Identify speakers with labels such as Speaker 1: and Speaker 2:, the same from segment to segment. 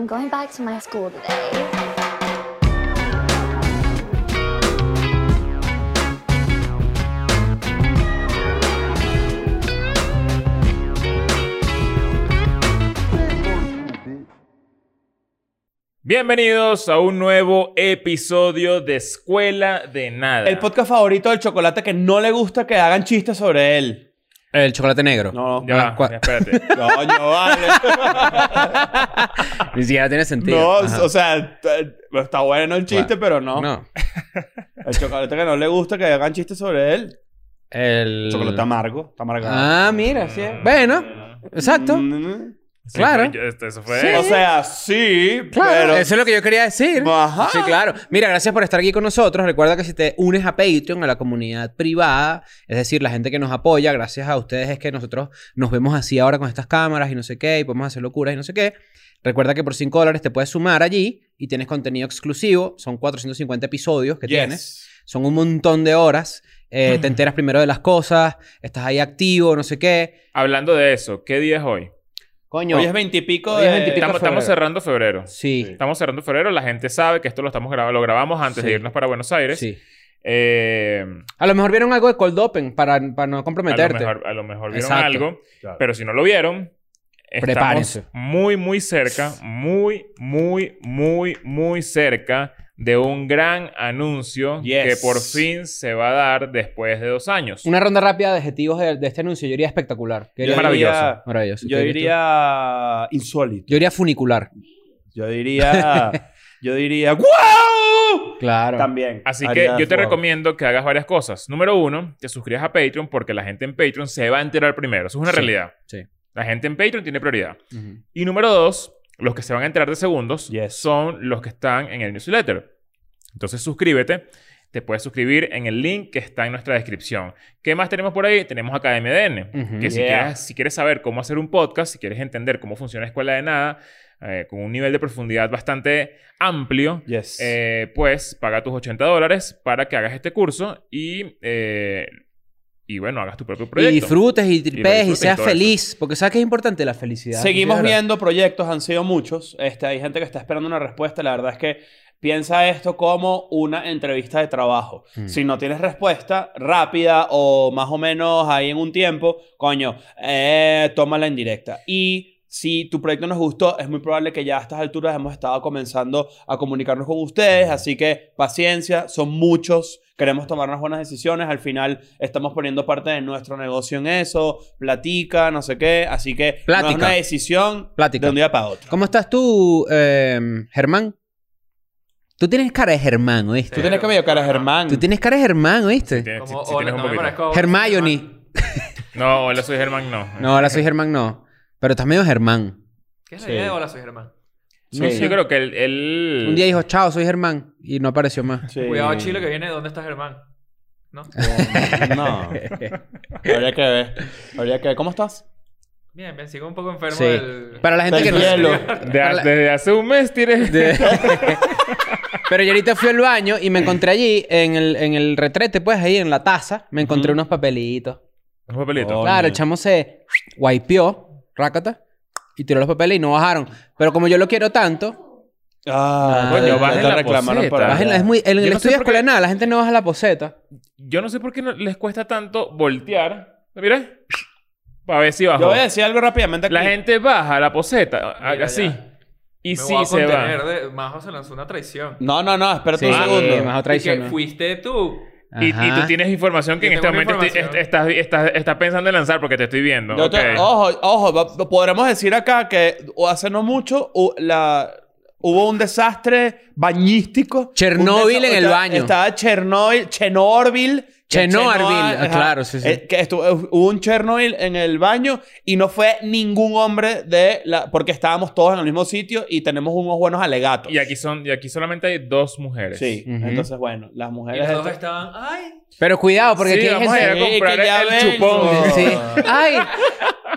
Speaker 1: I'm going back to my school today.
Speaker 2: Bienvenidos a un nuevo episodio de Escuela de Nada.
Speaker 3: El podcast favorito del chocolate que no le gusta que hagan chistes sobre él.
Speaker 4: El chocolate negro.
Speaker 3: No,
Speaker 2: Ya va,
Speaker 4: Ah, Cua-
Speaker 2: ya, espérate.
Speaker 3: coño, vale.
Speaker 4: Ni siquiera tiene sentido.
Speaker 3: No,
Speaker 4: Ajá.
Speaker 3: o sea, t- está bueno el chiste, pero no.
Speaker 4: No.
Speaker 3: El chocolate que no le gusta que hagan chistes sobre él.
Speaker 4: El...
Speaker 3: El chocolate amargo, está amargado.
Speaker 4: Ah, mira, sí. es. Bueno, exacto.
Speaker 3: Mm.
Speaker 2: Sí,
Speaker 4: Claro.
Speaker 2: fue- yo- esto- eso fue.
Speaker 3: O sea, sí,
Speaker 4: Claro,
Speaker 3: pero...
Speaker 4: eso es lo que yo quería decir.
Speaker 3: Ajá.
Speaker 4: Sí, claro. Mira, gracias por estar aquí con nosotros. Recuerda que si te unes a Patreon, a la comunidad privada, es decir, la gente que nos apoya, gracias a ustedes es que nosotros nos vemos así ahora con estas cámaras y no sé qué, y podemos hacer locuras y no sé qué. Recuerda que por 5 dólares te puedes sumar allí y tienes contenido exclusivo. Son 450 episodios que
Speaker 3: Yes.
Speaker 4: tienes. Son un montón de horas. Eh, te enteras primero de las cosas. Estás ahí activo, no sé qué.
Speaker 2: Hablando de eso, ¿qué día es hoy?
Speaker 4: Coño.
Speaker 3: Hoy es veintipico
Speaker 4: Hoy es
Speaker 3: de...
Speaker 4: 20 y pico.
Speaker 2: Estamos, estamos
Speaker 4: febrero.
Speaker 2: cerrando febrero.
Speaker 4: Sí.
Speaker 2: Estamos cerrando febrero. La gente sabe que esto lo estamos grabando, lo grabamos antes
Speaker 4: Sí.
Speaker 2: de irnos para Buenos Aires.
Speaker 4: Sí.
Speaker 2: Eh,
Speaker 4: A lo mejor vieron algo de Cold Open para, para no
Speaker 2: a, lo
Speaker 4: comprometerte.
Speaker 2: mejor, a lo mejor vieron
Speaker 4: Exacto.
Speaker 2: algo,
Speaker 3: Claro.
Speaker 2: pero si no lo vieron, estamos
Speaker 4: Prepárense.
Speaker 2: muy, muy cerca, muy, muy, muy, muy cerca de un gran anuncio
Speaker 3: Yes.
Speaker 2: que por fin se va a dar después de dos años.
Speaker 4: Una ronda rápida de adjetivos de, de este anuncio. Yo iría espectacular. Yo
Speaker 3: Yo
Speaker 4: iría,
Speaker 2: Maravilloso.
Speaker 3: diría-
Speaker 4: maravilloso.
Speaker 3: Yo
Speaker 4: ¿Qué dirías tú?
Speaker 3: diría... Insólito.
Speaker 4: Yo iría funicular.
Speaker 3: Yo diría... Yo diría... ¡Wow!
Speaker 4: Claro.
Speaker 3: También.
Speaker 2: Así que
Speaker 3: Haría
Speaker 2: yo te
Speaker 3: wow.
Speaker 2: recomiendo que hagas varias cosas. Número uno, te suscribas a Patreon porque la gente en Patreon se va a enterar primero. Eso es una
Speaker 4: Sí,
Speaker 2: realidad.
Speaker 4: sí.
Speaker 2: La gente en Patreon tiene prioridad.
Speaker 4: Ujú.
Speaker 2: Y número dos, los que se van a enterar de segundos
Speaker 3: Yes.
Speaker 2: son los que están en el newsletter. Entonces suscríbete. Te puedes suscribir en el link que está en nuestra descripción. ¿Qué más tenemos por ahí? Tenemos Academia DN.
Speaker 4: Ujú.
Speaker 2: Que si,
Speaker 3: Yeah.
Speaker 2: quieres, si quieres saber cómo hacer un podcast, si quieres entender cómo funciona Escuela de Nada, eh, con un nivel de profundidad bastante amplio,
Speaker 3: Yes.
Speaker 2: eh, pues paga tus 80 dólares para que hagas este curso y, eh, y bueno, hagas tu propio
Speaker 4: Y
Speaker 2: proyecto.
Speaker 4: disfrutes y tripes y,
Speaker 2: disfrutes y
Speaker 4: seas
Speaker 2: todo eso.
Speaker 4: feliz. Porque sabes que es importante la felicidad.
Speaker 3: Seguimos
Speaker 4: ¿sí?
Speaker 3: viendo proyectos, han sido muchos. Este, hay gente que está esperando una respuesta. La verdad es que piensa esto como una entrevista de trabajo.
Speaker 4: Mm.
Speaker 3: Si no tienes respuesta rápida o más o menos ahí en un tiempo, coño, eh, tómala en directa. Y si tu proyecto nos gustó, es muy probable que ya a estas alturas hemos estado comenzando a comunicarnos con ustedes. Así que paciencia, son muchos. Queremos tomar unas buenas decisiones. Al final estamos poniendo parte de nuestro negocio en eso. Platica, no sé qué. Así que no es
Speaker 4: Plática.
Speaker 3: una decisión
Speaker 4: Plática.
Speaker 3: de un día para otro.
Speaker 4: ¿Cómo estás tú, eh, Germán? Tú tienes cara de Germán, ¿oíste?
Speaker 3: Tú tienes que medio cara, Germán.
Speaker 4: Tú tienes cara de Germán, ¿oíste?
Speaker 3: Eh,
Speaker 2: Tienes-
Speaker 5: Como,
Speaker 2: si- si
Speaker 5: hola,
Speaker 2: tienes un
Speaker 5: no me
Speaker 2: poquito.
Speaker 5: parezco a-
Speaker 4: Hermione.
Speaker 2: No, hola, soy Germán, no.
Speaker 4: No, ahora soy Germán, no. Pero estás medio Germán.
Speaker 5: ¿Qué es la
Speaker 3: Sí.
Speaker 5: idea de hola, soy Germán?
Speaker 3: Sí.
Speaker 2: No sé, Yo creo que él... él-
Speaker 4: Un día dijo, chao, soy Germán. Y no apareció más.
Speaker 3: Sí.
Speaker 5: Cuidado, Chile, que viene. ¿Dónde está Germán? ¿No?
Speaker 3: Eh, No. Habría que ver. Habría que ver. ¿Cómo estás?
Speaker 5: Bien, bien. Sigo un poco enfermo
Speaker 4: Sí.
Speaker 5: del...
Speaker 4: Para la gente
Speaker 3: Del
Speaker 4: que no...
Speaker 3: hielo.
Speaker 2: de-
Speaker 4: para la-
Speaker 2: Desde hace un mes tienes...
Speaker 4: de- Pero yo ahorita fui al baño y me encontré allí, en el, en el retrete, pues, ahí en la taza, me encontré
Speaker 3: Ujú.
Speaker 4: unos papelitos.
Speaker 2: Un papelito.
Speaker 3: Oh.
Speaker 4: Claro, el
Speaker 3: Coño.
Speaker 4: chamo se wipeó, rácata, y tiró los papeles y no bajaron. Pero como yo lo quiero tanto,
Speaker 3: Ah,
Speaker 4: Coño,
Speaker 3: ya
Speaker 2: bajen
Speaker 3: te
Speaker 2: la
Speaker 3: reclamaron
Speaker 2: poseta.
Speaker 3: para
Speaker 4: bajen la- es muy, en
Speaker 2: Yo
Speaker 4: el
Speaker 2: no sé
Speaker 4: estudio de
Speaker 2: por qué-
Speaker 4: escuela de nada, la gente no baja la poseta.
Speaker 2: Yo no sé por qué no- les cuesta tanto voltear. Mira. Para ver si baja.
Speaker 3: Yo voy a decir algo rápidamente aquí.
Speaker 2: La gente baja la poseta. a-
Speaker 5: Mira,
Speaker 2: así.
Speaker 5: ya.
Speaker 2: Y
Speaker 5: Me
Speaker 2: sí
Speaker 5: voy a
Speaker 2: se
Speaker 5: contener
Speaker 2: va.
Speaker 5: de- Majo se lanzó una traición.
Speaker 3: No, no, no, espérate
Speaker 4: Sí,
Speaker 3: un segundo.
Speaker 4: más otra
Speaker 5: Y
Speaker 4: edición,
Speaker 5: que
Speaker 4: ¿no?
Speaker 5: fuiste tú.
Speaker 2: Y, y tú
Speaker 4: Ajá.
Speaker 2: tienes información que
Speaker 5: Yo
Speaker 2: en este
Speaker 5: tengo una
Speaker 2: momento esti-
Speaker 5: información.
Speaker 2: est- estás, estás- estás pensando en lanzar porque te estoy viendo.
Speaker 3: Yo te-
Speaker 2: ok.
Speaker 3: Ojo, ojo, va- podremos decir acá que hace no mucho hu- la- hubo un desastre bañístico.
Speaker 4: Chernobyl
Speaker 3: Un desa-
Speaker 4: en el
Speaker 3: está-
Speaker 4: baño.
Speaker 3: Estaba Chernobyl, Chernobyl. que
Speaker 4: Chernobyl,
Speaker 3: Chenoa-
Speaker 4: ah, claro, sí, sí.
Speaker 3: Eh, que estuvo- hubo un Chernobyl en el baño y no fue ningún hombre de la... Porque estábamos todos en el mismo sitio y tenemos unos buenos alegatos.
Speaker 2: Y aquí son, y aquí solamente hay dos mujeres.
Speaker 3: Sí,
Speaker 4: Ujú.
Speaker 3: entonces bueno, las
Speaker 5: Y
Speaker 3: mujeres...
Speaker 5: las dos
Speaker 3: estas-
Speaker 5: estaban... ¡Ay!
Speaker 4: Pero cuidado, porque
Speaker 2: Sí,
Speaker 4: aquí hay
Speaker 2: vamos
Speaker 4: gente... eh,
Speaker 2: a ir a
Speaker 3: Sí,
Speaker 2: comprar
Speaker 3: que ya
Speaker 2: el
Speaker 3: vengo.
Speaker 2: chupón.
Speaker 4: Sí. ¡Ay!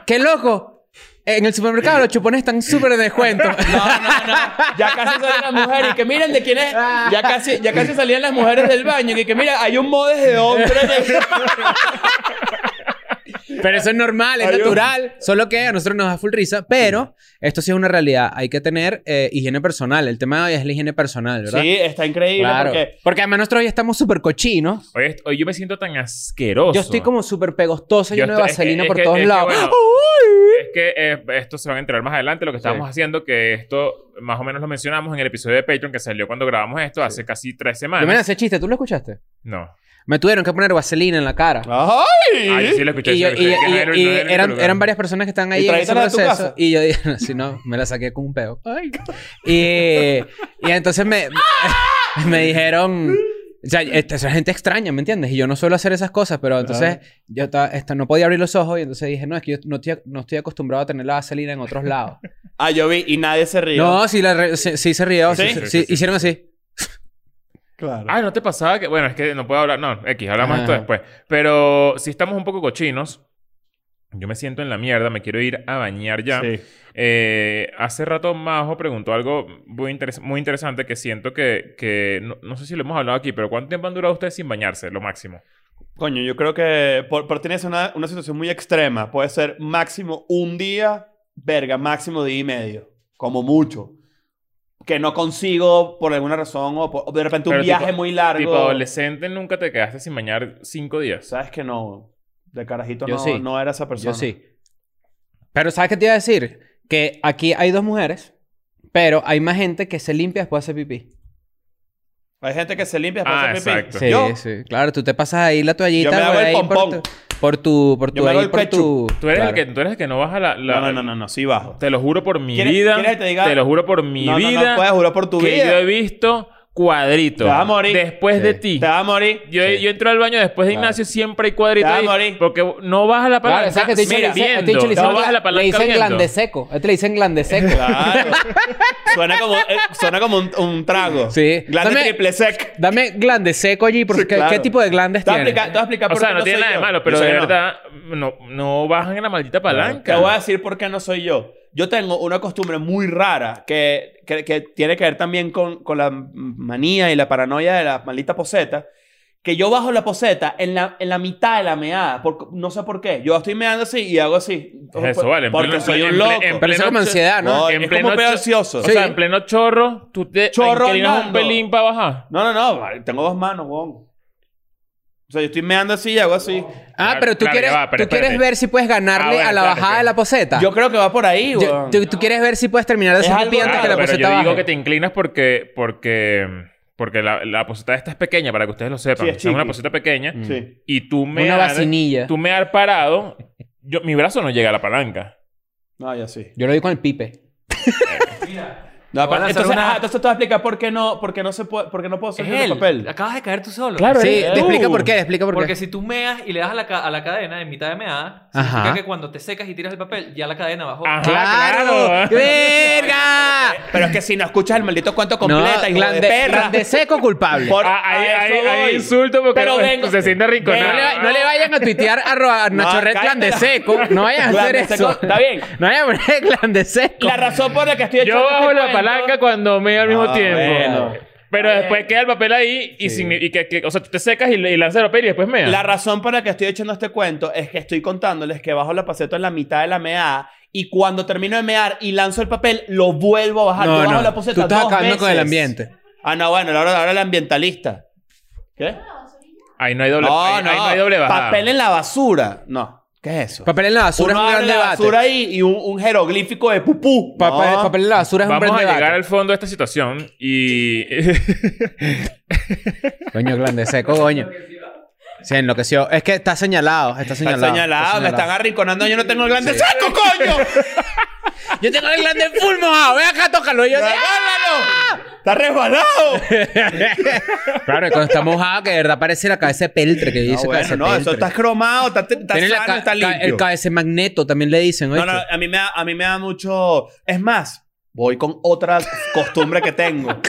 Speaker 4: ¡Qué loco! En el supermercado los chupones están súper de descuento.
Speaker 3: No, no, no. Ya casi salían las mujeres. Y que miren de quién es. Ya casi, ya casi salían las mujeres del baño. Y que mira, hay un modes de hombre.
Speaker 4: Pero eso es normal, es
Speaker 3: Hay un-
Speaker 4: natural. Solo que a nosotros nos da full risa. Pero esto sí es una realidad. Hay que tener eh, higiene personal. El tema de hoy es la higiene personal, ¿verdad?
Speaker 3: Sí, está increíble
Speaker 4: claro.
Speaker 3: porque...
Speaker 4: Porque además nosotros hoy estamos súper cochinos.
Speaker 2: Hoy, est- hoy yo me siento tan asqueroso.
Speaker 4: Yo estoy como súper pegostoso,
Speaker 2: Yo
Speaker 4: lleno de
Speaker 2: estoy- es que-
Speaker 4: vaselina
Speaker 2: es
Speaker 4: por
Speaker 2: que-
Speaker 4: todos
Speaker 2: es que,
Speaker 4: lados.
Speaker 2: bueno,
Speaker 4: ¡Ay!
Speaker 2: Es que eh, esto se van a enterar más adelante, lo que estábamos haciendo, que esto más o menos lo mencionamos en el episodio de Patreon que salió cuando grabamos esto hace casi tres
Speaker 4: Yo me
Speaker 2: semanas.
Speaker 4: lancé chiste, ¿tú lo escuchaste?
Speaker 2: No.
Speaker 4: Me tuvieron que poner vaselina en la cara.
Speaker 3: ¡Ay!
Speaker 2: Ah, yo sí lo escuché.
Speaker 4: Y,
Speaker 2: sí
Speaker 4: yo-
Speaker 2: lo
Speaker 4: y-
Speaker 2: escuché, que
Speaker 4: y-
Speaker 2: no era- no
Speaker 4: y
Speaker 2: era el único
Speaker 4: eran,
Speaker 2: lugar.
Speaker 4: eran varias personas que están
Speaker 3: ¿Y
Speaker 4: ahí en ese
Speaker 3: traísela a tu casa?
Speaker 4: proceso. Y yo dije, no, si no, me la saqué con un pedo. Y, y entonces me, me dijeron... O sea, esta es gente extraña, ¿me entiendes? Y yo no suelo hacer esas cosas, pero entonces yo estaba- esta- no podía abrir los ojos y entonces dije, no, es que yo no estoy, no estoy acostumbrado a tener la vaselina en otros lados.
Speaker 3: Ah, yo vi y nadie se rió.
Speaker 4: no, sí, la re- sí, sí se rió. sí
Speaker 3: ¿Sí?
Speaker 4: se-
Speaker 2: Sí, sí,
Speaker 4: sí,
Speaker 2: sí.
Speaker 4: hicieron así.
Speaker 3: Claro.
Speaker 2: Ah, ¿no te pasaba que...? Bueno, es que no puedo hablar... No, X, hablamos de esto
Speaker 4: Ajá.
Speaker 2: después. Pero si estamos un poco cochinos, yo me siento en la mierda, me quiero ir a bañar ya.
Speaker 3: Sí.
Speaker 2: Eh, hace rato Majo preguntó algo muy, interes- muy interesante que siento que... que no, no sé si lo hemos hablado aquí, pero ¿cuánto tiempo han durado ustedes sin bañarse? Lo máximo.
Speaker 3: Coño, yo creo que por, por tienes una, una situación muy extrema. Puede ser máximo un día, verga, máximo día y medio. Como mucho. Que no consigo por alguna razón o, por- o de repente un
Speaker 2: Pero
Speaker 3: viaje
Speaker 2: tipo-
Speaker 3: muy largo.
Speaker 2: Tipo adolescente, nunca te quedaste sin bañar cinco días.
Speaker 3: Sabes que no. De carajito
Speaker 4: Yo
Speaker 3: no,
Speaker 4: sí.
Speaker 3: no era esa persona.
Speaker 4: Yo sí. Pero ¿sabes qué te iba a decir? Que aquí hay dos mujeres, pero hay más gente que se limpia después de hacer pipí.
Speaker 3: Hay gente que se limpia después
Speaker 2: Ah,
Speaker 3: de hacer pipí.
Speaker 2: exacto.
Speaker 4: Sí,
Speaker 3: Yo,
Speaker 4: sí. Claro, tú te pasas ahí la toallita.
Speaker 3: Yo me hago
Speaker 4: por
Speaker 3: el
Speaker 4: ahí, por
Speaker 3: pompón.
Speaker 4: tu- Por tu... Por tu,
Speaker 3: Yo me hago
Speaker 4: ahí,
Speaker 3: el
Speaker 4: por tu-
Speaker 2: Tú eres, el
Speaker 4: claro.
Speaker 2: que, tú eres el que no baja la... la-
Speaker 3: No, no, no, no, no, sí bajo.
Speaker 2: Te lo juro por mi
Speaker 3: ¿Quieres-
Speaker 2: vida.
Speaker 3: quieres que te diga?
Speaker 2: lo juro por mi
Speaker 3: no,
Speaker 2: vida.
Speaker 3: no, no, puedes jurar por tu
Speaker 2: que yo
Speaker 3: vida.
Speaker 2: he visto cuadritos.
Speaker 3: Te vas a morir.
Speaker 2: Después
Speaker 4: Sí.
Speaker 2: de ti.
Speaker 3: Te vas a morir.
Speaker 2: Yo, yo entro al baño después de
Speaker 4: Claro.
Speaker 2: Ignacio, siempre hay cuadritos.
Speaker 3: Te vas a
Speaker 2: ahí,
Speaker 3: morir.
Speaker 2: porque no bajas la palanca.
Speaker 4: Claro, ¿sabes que te dicen?
Speaker 2: mira,
Speaker 4: le dicen- a este
Speaker 2: viendo,
Speaker 4: bicho le dicen-
Speaker 2: no bajas la
Speaker 4: Le
Speaker 2: palanca.
Speaker 4: dicen
Speaker 2: viendo.
Speaker 4: glandeseco. A Este le dicen glandeseco.
Speaker 3: Claro. Suena como, eh, suena como un, un trago.
Speaker 4: Sí.
Speaker 3: Glande
Speaker 4: Dame-
Speaker 3: triple sec.
Speaker 4: Dame glandeseco allí. Porque
Speaker 3: Sí, claro.
Speaker 4: ¿Qué tipo de glandes
Speaker 3: Te voy a
Speaker 4: tiene?
Speaker 3: explicar, te voy a explicar
Speaker 2: O
Speaker 3: por
Speaker 2: sea,
Speaker 3: qué
Speaker 2: no tiene
Speaker 3: soy
Speaker 2: nada de
Speaker 3: yo.
Speaker 2: malo,
Speaker 3: Yo
Speaker 2: pero
Speaker 3: sé
Speaker 2: de
Speaker 3: que no.
Speaker 2: verdad no, no bajan en la maldita palanca.
Speaker 3: Te voy a decir por qué no soy yo. Yo tengo una costumbre muy rara que, que, que tiene que ver también con, con la manía y la paranoia de la maldita poseta. Que yo bajo la poseta en la, en la mitad de la meada. por- no sé por qué. Yo estoy meando así y hago así.
Speaker 2: Es eso, vale. En
Speaker 3: Porque
Speaker 2: pleno-
Speaker 3: soy
Speaker 2: en
Speaker 3: un
Speaker 2: ple-
Speaker 3: loco.
Speaker 2: en
Speaker 4: Pero eso es como
Speaker 2: pleno-
Speaker 4: ansiedad, ¿no?
Speaker 3: No,
Speaker 2: en
Speaker 3: es
Speaker 2: pleno
Speaker 3: como pedo
Speaker 2: cho-
Speaker 3: ansioso.
Speaker 2: O
Speaker 3: Sí.
Speaker 2: sea, en pleno chorro, tú te
Speaker 3: Chorro
Speaker 2: inclinas un
Speaker 3: andando.
Speaker 2: pelín para bajar.
Speaker 3: No, no, no. vale, Tengo dos manos, weón. O sea, yo estoy meando así y hago así.
Speaker 4: Ah,
Speaker 2: Claro,
Speaker 4: pero tú
Speaker 2: claro,
Speaker 4: quieres...
Speaker 2: ya va, pero
Speaker 4: Tú quieres
Speaker 2: espérate.
Speaker 4: ver si puedes ganarle
Speaker 2: Ah, bueno,
Speaker 4: a la
Speaker 2: claro,
Speaker 4: bajada
Speaker 2: claro.
Speaker 4: de la poseta.
Speaker 3: Yo creo que va por ahí,
Speaker 4: Yo-
Speaker 3: weón.
Speaker 4: tú, tú quieres ver si puedes terminar de
Speaker 3: Es
Speaker 4: hacer
Speaker 3: algo
Speaker 4: pipí antes
Speaker 3: raro,
Speaker 4: que la
Speaker 2: pero
Speaker 4: poseta
Speaker 2: yo digo
Speaker 4: baje.
Speaker 2: que te inclinas porque... porque porque la, la poseta esta es pequeña, para que ustedes lo sepan.
Speaker 3: Sí, es
Speaker 2: O sea, es una
Speaker 3: chiqui.
Speaker 2: poseta pequeña.
Speaker 4: Mm.
Speaker 3: Sí.
Speaker 2: Y tú me...
Speaker 4: Una vacinilla.
Speaker 2: ¿eh? Tú me has parado, yo, mi brazo no llega a la palanca.
Speaker 3: No, yo sí.
Speaker 4: Yo lo digo con el pipe.
Speaker 5: Mira.
Speaker 3: No,
Speaker 5: Te van a
Speaker 3: pero-
Speaker 5: hacer
Speaker 3: entonces,
Speaker 5: una-
Speaker 3: ah, entonces te voy a explicar por qué no, por qué no, se puede, por qué no puedo
Speaker 5: Es
Speaker 3: salir de
Speaker 5: él.
Speaker 3: papel.
Speaker 5: Acabas de caer tú solo.
Speaker 4: Sí, te
Speaker 2: eres tú.
Speaker 4: explica por qué. Te explica por
Speaker 5: Porque
Speaker 4: qué.
Speaker 5: si tú meas y le das a la, ca- a la cadena en mitad de meada,
Speaker 4: Ajá.
Speaker 5: significa que cuando te secas y tiras el papel, ya la cadena bajó.
Speaker 2: Ajá.
Speaker 4: ¡Claro!
Speaker 2: Ah, claro.
Speaker 4: ¡Verga!
Speaker 3: Pero es que si no escuchas el maldito cuento completo, hijo
Speaker 4: glande-
Speaker 3: de perra.
Speaker 4: glandeseco culpable.
Speaker 3: Por-
Speaker 2: Ah, ahí,
Speaker 3: a eso
Speaker 2: ahí- ahí
Speaker 3: voy.
Speaker 2: insulto porque
Speaker 3: Pero
Speaker 2: no-
Speaker 3: vengo-
Speaker 2: se siente rico.
Speaker 3: vengo-
Speaker 4: no, le, va- no le vayan a tuitear a, Ro- a Nacho
Speaker 3: No,
Speaker 4: Red
Speaker 3: cállate.
Speaker 4: glandeseco. No vayan a hacer
Speaker 3: Glandeseco,
Speaker 4: eso.
Speaker 3: está bien.
Speaker 4: No vayan a poner glandeseco.
Speaker 3: La razón por la que estoy
Speaker 2: Yo
Speaker 3: echando este
Speaker 2: bajo la
Speaker 3: cuento-
Speaker 2: palanca cuando meo al mismo
Speaker 3: Ah,
Speaker 2: tiempo.
Speaker 3: bueno.
Speaker 2: Pero después queda el papel ahí y, signi- y que, que- o sea, tú te secas y, le- y lanzas el papel y después meas.
Speaker 3: La razón por la que estoy echando este cuento es que estoy contándoles que bajo la paseta en la mitad de la meada y cuando termino de mear y lanzo el papel, lo vuelvo a bajar. Yo
Speaker 4: No,
Speaker 3: bajo
Speaker 4: no.
Speaker 3: la
Speaker 4: Tú
Speaker 3: poseta
Speaker 4: estás
Speaker 3: dos
Speaker 4: acabando con el
Speaker 3: veces.
Speaker 4: ambiente.
Speaker 3: Ah, no, bueno, ahora, ahora el ambientalista. ¿Qué?
Speaker 2: Ahí no hay doble, ahí, ahí no hay doble bajada.
Speaker 3: Papel en la basura. No. ¿Qué es eso?
Speaker 4: Papel en la basura es
Speaker 3: Uno
Speaker 4: un
Speaker 3: abre
Speaker 4: gran
Speaker 3: la
Speaker 4: debate.
Speaker 3: basura ahí y un, un jeroglífico de pupú.
Speaker 4: Papel,
Speaker 3: No.
Speaker 4: papel en la basura es un
Speaker 2: Vamos
Speaker 4: gran
Speaker 2: a
Speaker 4: debate.
Speaker 2: llegar al fondo de esta situación y...
Speaker 4: Coño, glandeseco, coño. Se enloqueció. Es que está señalado. Está
Speaker 3: Está
Speaker 4: señalado.
Speaker 3: señalado, me están arrinconando. Yo no tengo el grande saco, coño.
Speaker 4: Yo tengo el glande full mojado. Ven acá, tócalo. Y yo,
Speaker 3: ¡Regálalo! ¡Está resbalado!
Speaker 4: "Ah". Claro, y cuando está mojado, que de verdad parece la cabeza de peltre que
Speaker 3: No,
Speaker 4: dice
Speaker 3: bueno,
Speaker 4: cabeza
Speaker 3: no, eso está cromado, está, está
Speaker 4: Tiene la
Speaker 3: sano,
Speaker 4: ca-
Speaker 3: está
Speaker 4: ca-
Speaker 3: limpio.
Speaker 4: El cabeza magneto también le dicen.
Speaker 3: no,
Speaker 4: ¿oíste?
Speaker 3: no, a mí, me da, a mí me da mucho. Es más, voy con otra costumbre que tengo.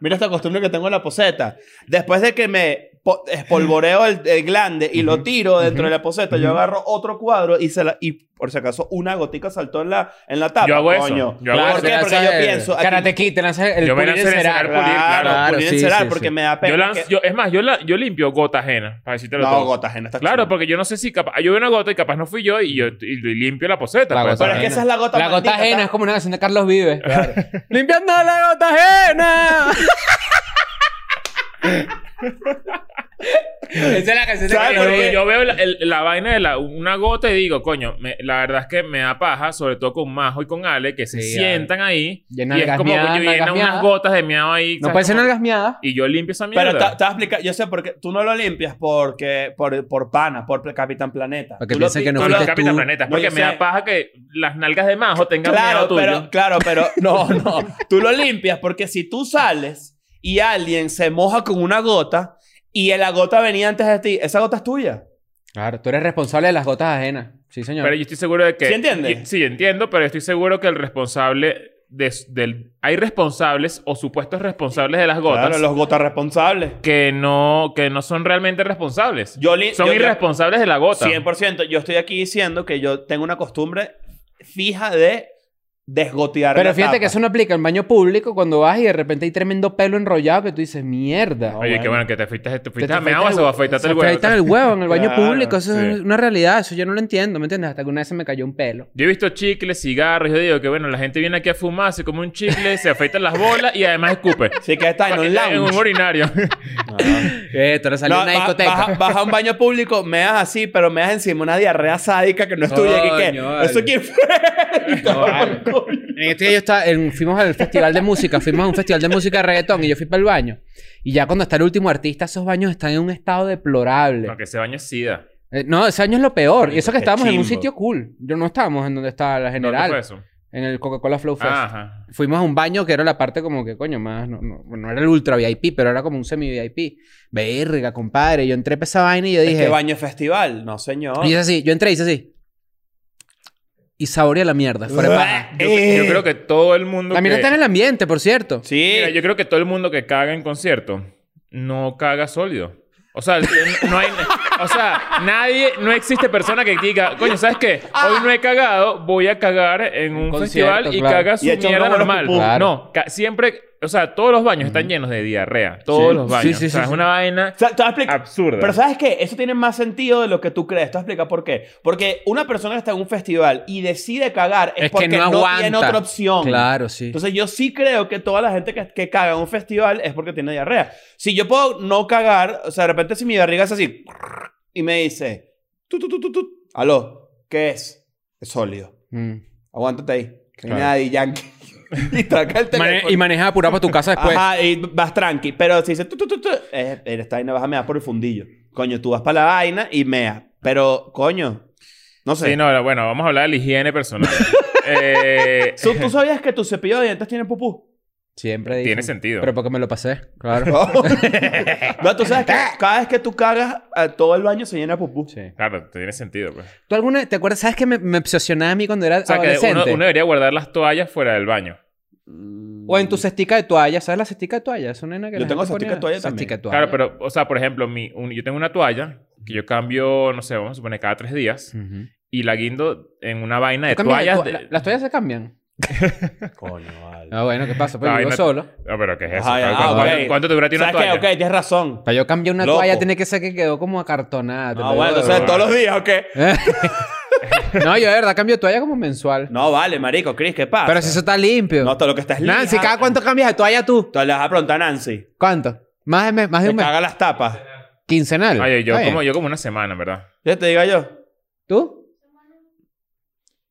Speaker 3: Mira esta costumbre que tengo en la poseta. Después de que me po- espolvoreo el, el glande y lo
Speaker 2: Ujú.
Speaker 3: tiro dentro
Speaker 2: Ujú.
Speaker 3: de la poseta. Yo
Speaker 2: Ujú.
Speaker 3: agarro otro cuadro y se la. Y por si acaso una gotica saltó en la, en la tapa.
Speaker 2: Yo hago eso.
Speaker 3: Coño.
Speaker 2: Yo hago
Speaker 3: ¿Por
Speaker 2: eso.
Speaker 3: qué? Porque yo pienso. aquí-
Speaker 4: Karate Kid, te lanzas el
Speaker 2: Yo me
Speaker 4: pulir
Speaker 2: lancé el
Speaker 4: encerar.
Speaker 2: encerar. pulir,
Speaker 3: claro,
Speaker 4: claro.
Speaker 3: pulir
Speaker 4: Sí,
Speaker 3: encerar,
Speaker 4: sí,
Speaker 3: porque
Speaker 4: sí.
Speaker 3: me da pena.
Speaker 2: Yo lanzo-
Speaker 3: que-
Speaker 2: yo- es más, yo, la- yo limpio gota ajena, para decírtelo
Speaker 3: No,
Speaker 2: todo.
Speaker 3: gotas ajena, está
Speaker 2: Claro,
Speaker 3: chido.
Speaker 2: porque yo no sé si capaz. Yo veo una gota y capaz no fui yo y yo y limpio la poseta.
Speaker 4: La
Speaker 2: pues,
Speaker 4: gota
Speaker 3: Pero es que
Speaker 4: ajena.
Speaker 3: esa es la gota
Speaker 4: La gota
Speaker 3: maldita,
Speaker 4: ajena
Speaker 3: está-
Speaker 4: es como una canción de Carlos Vives. ¡Limpiando la gota ajena! Esa es la canción de
Speaker 3: ¿Sabes
Speaker 4: Carlos
Speaker 3: por
Speaker 2: Pero
Speaker 3: qué?
Speaker 4: Vives.
Speaker 2: yo veo la, el- la vaina de la, una gota y digo, coño, me- la verdad es que me da paja, sobre todo con Majo y con Ale, que se
Speaker 4: Sí,
Speaker 2: sientan ahí.
Speaker 4: Llena de
Speaker 2: y es como
Speaker 4: gasmeada,
Speaker 2: que
Speaker 4: nalgas
Speaker 2: llenan unas
Speaker 4: meadas.
Speaker 2: gotas de meado ahí.
Speaker 4: No
Speaker 2: ¿sabes?
Speaker 4: puede ser
Speaker 2: Como-
Speaker 4: nalgas miadas.
Speaker 2: Y yo limpio esa mierda.
Speaker 3: Pero te, te vas a explicar, yo sé porque tú no lo limpias porque por, por pana, por pl- Capitán Planeta.
Speaker 4: Para que
Speaker 3: Tú lo
Speaker 4: piensen
Speaker 3: pi-
Speaker 4: que no
Speaker 2: no,
Speaker 3: tú lo-
Speaker 2: no,
Speaker 4: fuiste
Speaker 2: Capitán
Speaker 4: tú.
Speaker 2: Planeta, es
Speaker 3: No,
Speaker 2: porque
Speaker 3: yo
Speaker 2: me
Speaker 3: sé.
Speaker 2: da paja que las nalgas de Majo tengan meado
Speaker 3: Claro,
Speaker 2: tuyo.
Speaker 3: pero, claro, pero no, no. Tú lo limpias porque si tú sales y alguien se moja con una gota y la gota venía antes de ti, esa gota es tuya.
Speaker 4: Claro, tú eres responsable de las gotas ajenas. Sí, señor.
Speaker 2: Pero yo estoy seguro de que.
Speaker 3: ¿Sí entiendes?
Speaker 2: y- sí, entiendo, pero estoy seguro que el responsable. de- del, hay responsables o supuestos responsables de las gotas
Speaker 3: Claro, los gotas responsables.
Speaker 2: que, no, que no son realmente responsables.
Speaker 3: Yo li-
Speaker 2: son
Speaker 3: yo- yo-
Speaker 2: irresponsables de la gota.
Speaker 3: 100%. Yo estoy aquí diciendo que yo tengo una costumbre fija de desgotear
Speaker 4: Pero
Speaker 3: la
Speaker 4: fíjate
Speaker 3: tapa.
Speaker 4: que eso no aplica en baño público cuando vas y de repente hay tremendo pelo enrollado que tú dices, mierda.
Speaker 2: Oye,
Speaker 3: bueno.
Speaker 2: qué bueno que te fuiste, te
Speaker 4: Te-
Speaker 2: fuiste
Speaker 4: Oh, te
Speaker 2: a meao
Speaker 4: afeitas
Speaker 2: o afeitaste el huevo.
Speaker 4: afeitas el huevo en el baño
Speaker 3: Claro,
Speaker 4: público. Eso es
Speaker 2: sí.
Speaker 4: una realidad. Eso yo no lo entiendo, ¿me entiendes? Hasta que una vez se me cayó un pelo.
Speaker 2: Yo he visto chicles, cigarros. Yo digo que bueno, la gente viene aquí a fumar, se come un chicle, se afeita las bolas y además escupe.
Speaker 3: Sí, que está en un
Speaker 2: En un
Speaker 3: lounge.
Speaker 2: urinario.
Speaker 4: Eh, te lo salió
Speaker 3: No,
Speaker 4: en una
Speaker 3: ba-
Speaker 4: discoteca.
Speaker 3: Baja, baja a un baño público, meas así, pero meas encima una diarrea sádica que no es tuya. ¿qué- qué?
Speaker 4: Coño, vale.
Speaker 3: ¿Eso quién fue?
Speaker 4: No, vale. En este día yo estaba, en- fuimos al festival de música, fuimos a un festival de música de reggaetón y yo fui para el baño. Y ya cuando está el último artista, esos baños están en un estado deplorable.
Speaker 2: No, que ese baño es sida.
Speaker 4: Eh, no, ese baño es lo peor. Y eso que
Speaker 3: Qué
Speaker 4: estábamos en un
Speaker 3: chimbo.
Speaker 4: sitio cool. Yo no estábamos en donde estaba la
Speaker 2: ¿Dónde
Speaker 4: general.
Speaker 2: fue eso?
Speaker 4: En el Coca-Cola Flow Fest.
Speaker 2: Ah, Ajá.
Speaker 4: Fuimos a un baño que era la parte como que, coño, más... No, no, no era el ultra VIP, pero era como un semi VIP. Verga, compadre. Yo entré para esa vaina y yo dije...
Speaker 3: Este baño es festival. No, señor.
Speaker 4: Y hice así. Yo entré y hice así. Y saboreé la mierda. fuera de paja.
Speaker 2: Yo, yo creo que todo el mundo.
Speaker 4: Eh. La mierda
Speaker 2: que-
Speaker 4: está en el ambiente, por cierto.
Speaker 3: Sí.
Speaker 4: Eh,
Speaker 2: Mira, yo creo que todo el mundo que caga en concierto no caga sólido. O sea, no- no hay. O sea, nadie, no existe persona que diga, coño, ¿sabes qué? Hoy no he cagado, voy a cagar en un
Speaker 4: concierto,
Speaker 2: festival y
Speaker 4: claro.
Speaker 2: caga su
Speaker 3: Y echa un
Speaker 2: mierda
Speaker 3: número
Speaker 2: normal.
Speaker 3: pupú.
Speaker 4: Claro.
Speaker 2: No, ca- siempre, o sea, todos los baños están llenos de diarrea. Todos
Speaker 4: Sí.
Speaker 2: los baños.
Speaker 4: Sí, sí,
Speaker 2: o sea,
Speaker 4: sí,
Speaker 2: es
Speaker 4: sí.
Speaker 2: una vaina
Speaker 3: O sea, te voy a explicar-
Speaker 4: Ah,
Speaker 2: absurda.
Speaker 3: Pero ¿sabes qué? Eso tiene más sentido de lo que tú crees. Te voy a explicar por qué. Porque una persona que está en un festival y decide cagar es,
Speaker 4: Es que
Speaker 3: porque
Speaker 4: no
Speaker 3: no,
Speaker 4: aguanta.
Speaker 3: tiene otra opción.
Speaker 4: Claro, sí.
Speaker 3: Entonces yo sí creo que toda la gente que, que caga en un festival es porque tiene diarrea. Si yo puedo no cagar, o sea, de repente si mi barriga es así y me dice, tú, tú, tú, tú, tú, aló, ¿qué es? Es sólido.
Speaker 4: Mm.
Speaker 3: Aguántate ahí. Que
Speaker 2: Claro.
Speaker 3: Nadie, yankee. eh, y traca el
Speaker 4: Mane-
Speaker 3: teléfono.
Speaker 4: y manejas apurado para tu casa después.
Speaker 3: Ajá,
Speaker 2: pues.
Speaker 3: y vas tranqui. Pero si dices tú, tú, tú, tú, eh, en esta vaina vas a mear por el fundillo. Coño, tú vas para la vaina y mea. Pero, coño, no sé.
Speaker 2: Sí, no, pero bueno, vamos a hablar de la higiene personal. Eh,
Speaker 3: ¿Tú, tú sabías que tu cepillo de dientes tiene pupú?
Speaker 4: Siempre dicen.
Speaker 2: Tiene sentido.
Speaker 4: Pero porque me lo pasé, claro.
Speaker 3: no, tú sabes que cada vez que tú cagas, a todo el baño se llena de pupú.
Speaker 4: Sí.
Speaker 2: Claro, tiene sentido, pues.
Speaker 4: ¿Tú alguna te acuerdas? ¿Sabes que me, me obsesionaba a mí cuando era
Speaker 2: O sea, que uno,
Speaker 4: adolescente?
Speaker 2: uno debería guardar las toallas fuera del baño.
Speaker 4: O en tu cestica de toalla. ¿Sabes la cestica de toalla? Es una nena que
Speaker 3: Yo
Speaker 4: la
Speaker 3: tengo
Speaker 4: gente
Speaker 3: cestica
Speaker 4: ponía.
Speaker 3: de toalla también.
Speaker 4: Cestica de toalla.
Speaker 2: Claro, pero, o sea, por ejemplo, mi, un- yo tengo una toalla que yo cambio, no sé, vamos a suponer cada tres días
Speaker 4: Ujú.
Speaker 2: y la guindo en una vaina de
Speaker 4: ¿Tú cambias de
Speaker 2: toallas.
Speaker 4: to-
Speaker 2: de-
Speaker 4: la- ¿Las toallas se cambian?
Speaker 3: Coño, vale.
Speaker 4: Ah, bueno, ¿qué pasa? Pues yo
Speaker 2: La
Speaker 4: vivo
Speaker 2: vaina-
Speaker 4: solo.
Speaker 2: No, Ah, pero ¿qué es eso?
Speaker 3: Ajá, ya,
Speaker 2: ¿Cuánto,
Speaker 3: ah,
Speaker 2: cuánto-
Speaker 3: ok.
Speaker 2: cuánto te dura a ti una
Speaker 3: ¿Sabes qué?
Speaker 2: toalla?
Speaker 3: Ok, tienes razón.
Speaker 4: Para yo cambiar una
Speaker 3: Loco.
Speaker 4: toalla tiene que ser que quedó como acartonada. te
Speaker 3: No,
Speaker 4: lo
Speaker 3: bueno,
Speaker 4: digo de
Speaker 3: entonces
Speaker 2: todo
Speaker 3: todos
Speaker 4: verdad.
Speaker 3: los días, ¿ok?
Speaker 4: no, yo de verdad cambio toalla como mensual.
Speaker 3: No, vale, marico, Chris, ¿qué pasa?
Speaker 4: pero si eso está limpio.
Speaker 3: Ah, No, todo lo que estás lija.
Speaker 2: ah,
Speaker 4: Nancy, ¿cada cuánto cambias de toalla tú?
Speaker 3: Tú le vas a preguntar a Nancy.
Speaker 4: ¿Cuánto? Más de, mes- más de
Speaker 3: Que
Speaker 4: un mes.
Speaker 3: caga las tapas.
Speaker 4: Quincenal.
Speaker 2: Ay, yo
Speaker 4: Está bien.
Speaker 2: como, yo como una semana, ¿verdad?
Speaker 3: Ya te digo yo.
Speaker 4: ¿Tú?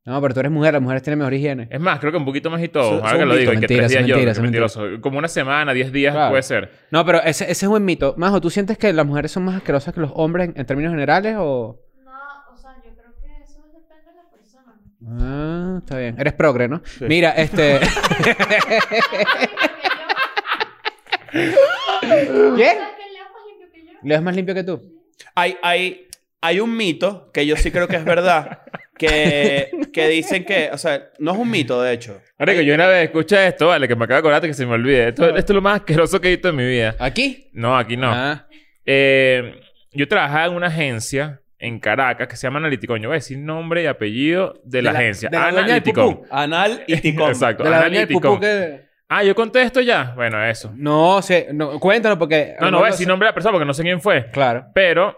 Speaker 4: No, pero tú eres mujer, las mujeres tienen mejor higiene.
Speaker 2: Es más, creo que un poquito más y
Speaker 3: Son-
Speaker 2: todo. Ahora
Speaker 3: son
Speaker 2: que lo digo, y que
Speaker 4: mentiras,
Speaker 2: tres días
Speaker 4: son
Speaker 2: yo.
Speaker 4: mentiras,
Speaker 2: qué
Speaker 4: son
Speaker 2: mentiroso. Como una semana, diez días
Speaker 4: Claro.
Speaker 2: puede ser.
Speaker 4: No, pero ese, ese es un mito. Majo, ¿tú sientes que las mujeres son más asquerosas que los hombres en, en términos generales o...?
Speaker 1: No, o sea, yo creo que eso depende de la persona.
Speaker 4: Ah, está bien. Eres progre, ¿no? Mira, este... ¿Qué? ¿Leo es más limpio que tú?
Speaker 3: Hay, hay, hay un mito que yo sí creo que es verdad. Que, que dicen que, o sea, no es un mito, de hecho.
Speaker 2: Ahora que yo una vez escuché esto, vale, que me acabo de acordar que se me olvide. Esto, esto es lo más asqueroso que he visto en mi vida.
Speaker 4: ¿Aquí?
Speaker 2: No, aquí no.
Speaker 4: Ah.
Speaker 2: eh, yo trabajaba en una agencia en Caracas que se llama Analiticón. Yo voy a decir nombre y apellido de, la,
Speaker 4: la-
Speaker 2: agencia.
Speaker 4: de la dueña del
Speaker 2: Analiticón.
Speaker 3: Anal y ticón.
Speaker 2: Exacto,
Speaker 4: De la doña del
Speaker 2: Analiticón.
Speaker 4: pupú que...
Speaker 2: Ah, yo conté esto ya. Bueno, eso.
Speaker 4: No sé, no, cuéntalo porque...
Speaker 2: No, no voy a decir nombre de la persona porque no sé quién fue.
Speaker 4: Claro.
Speaker 2: Pero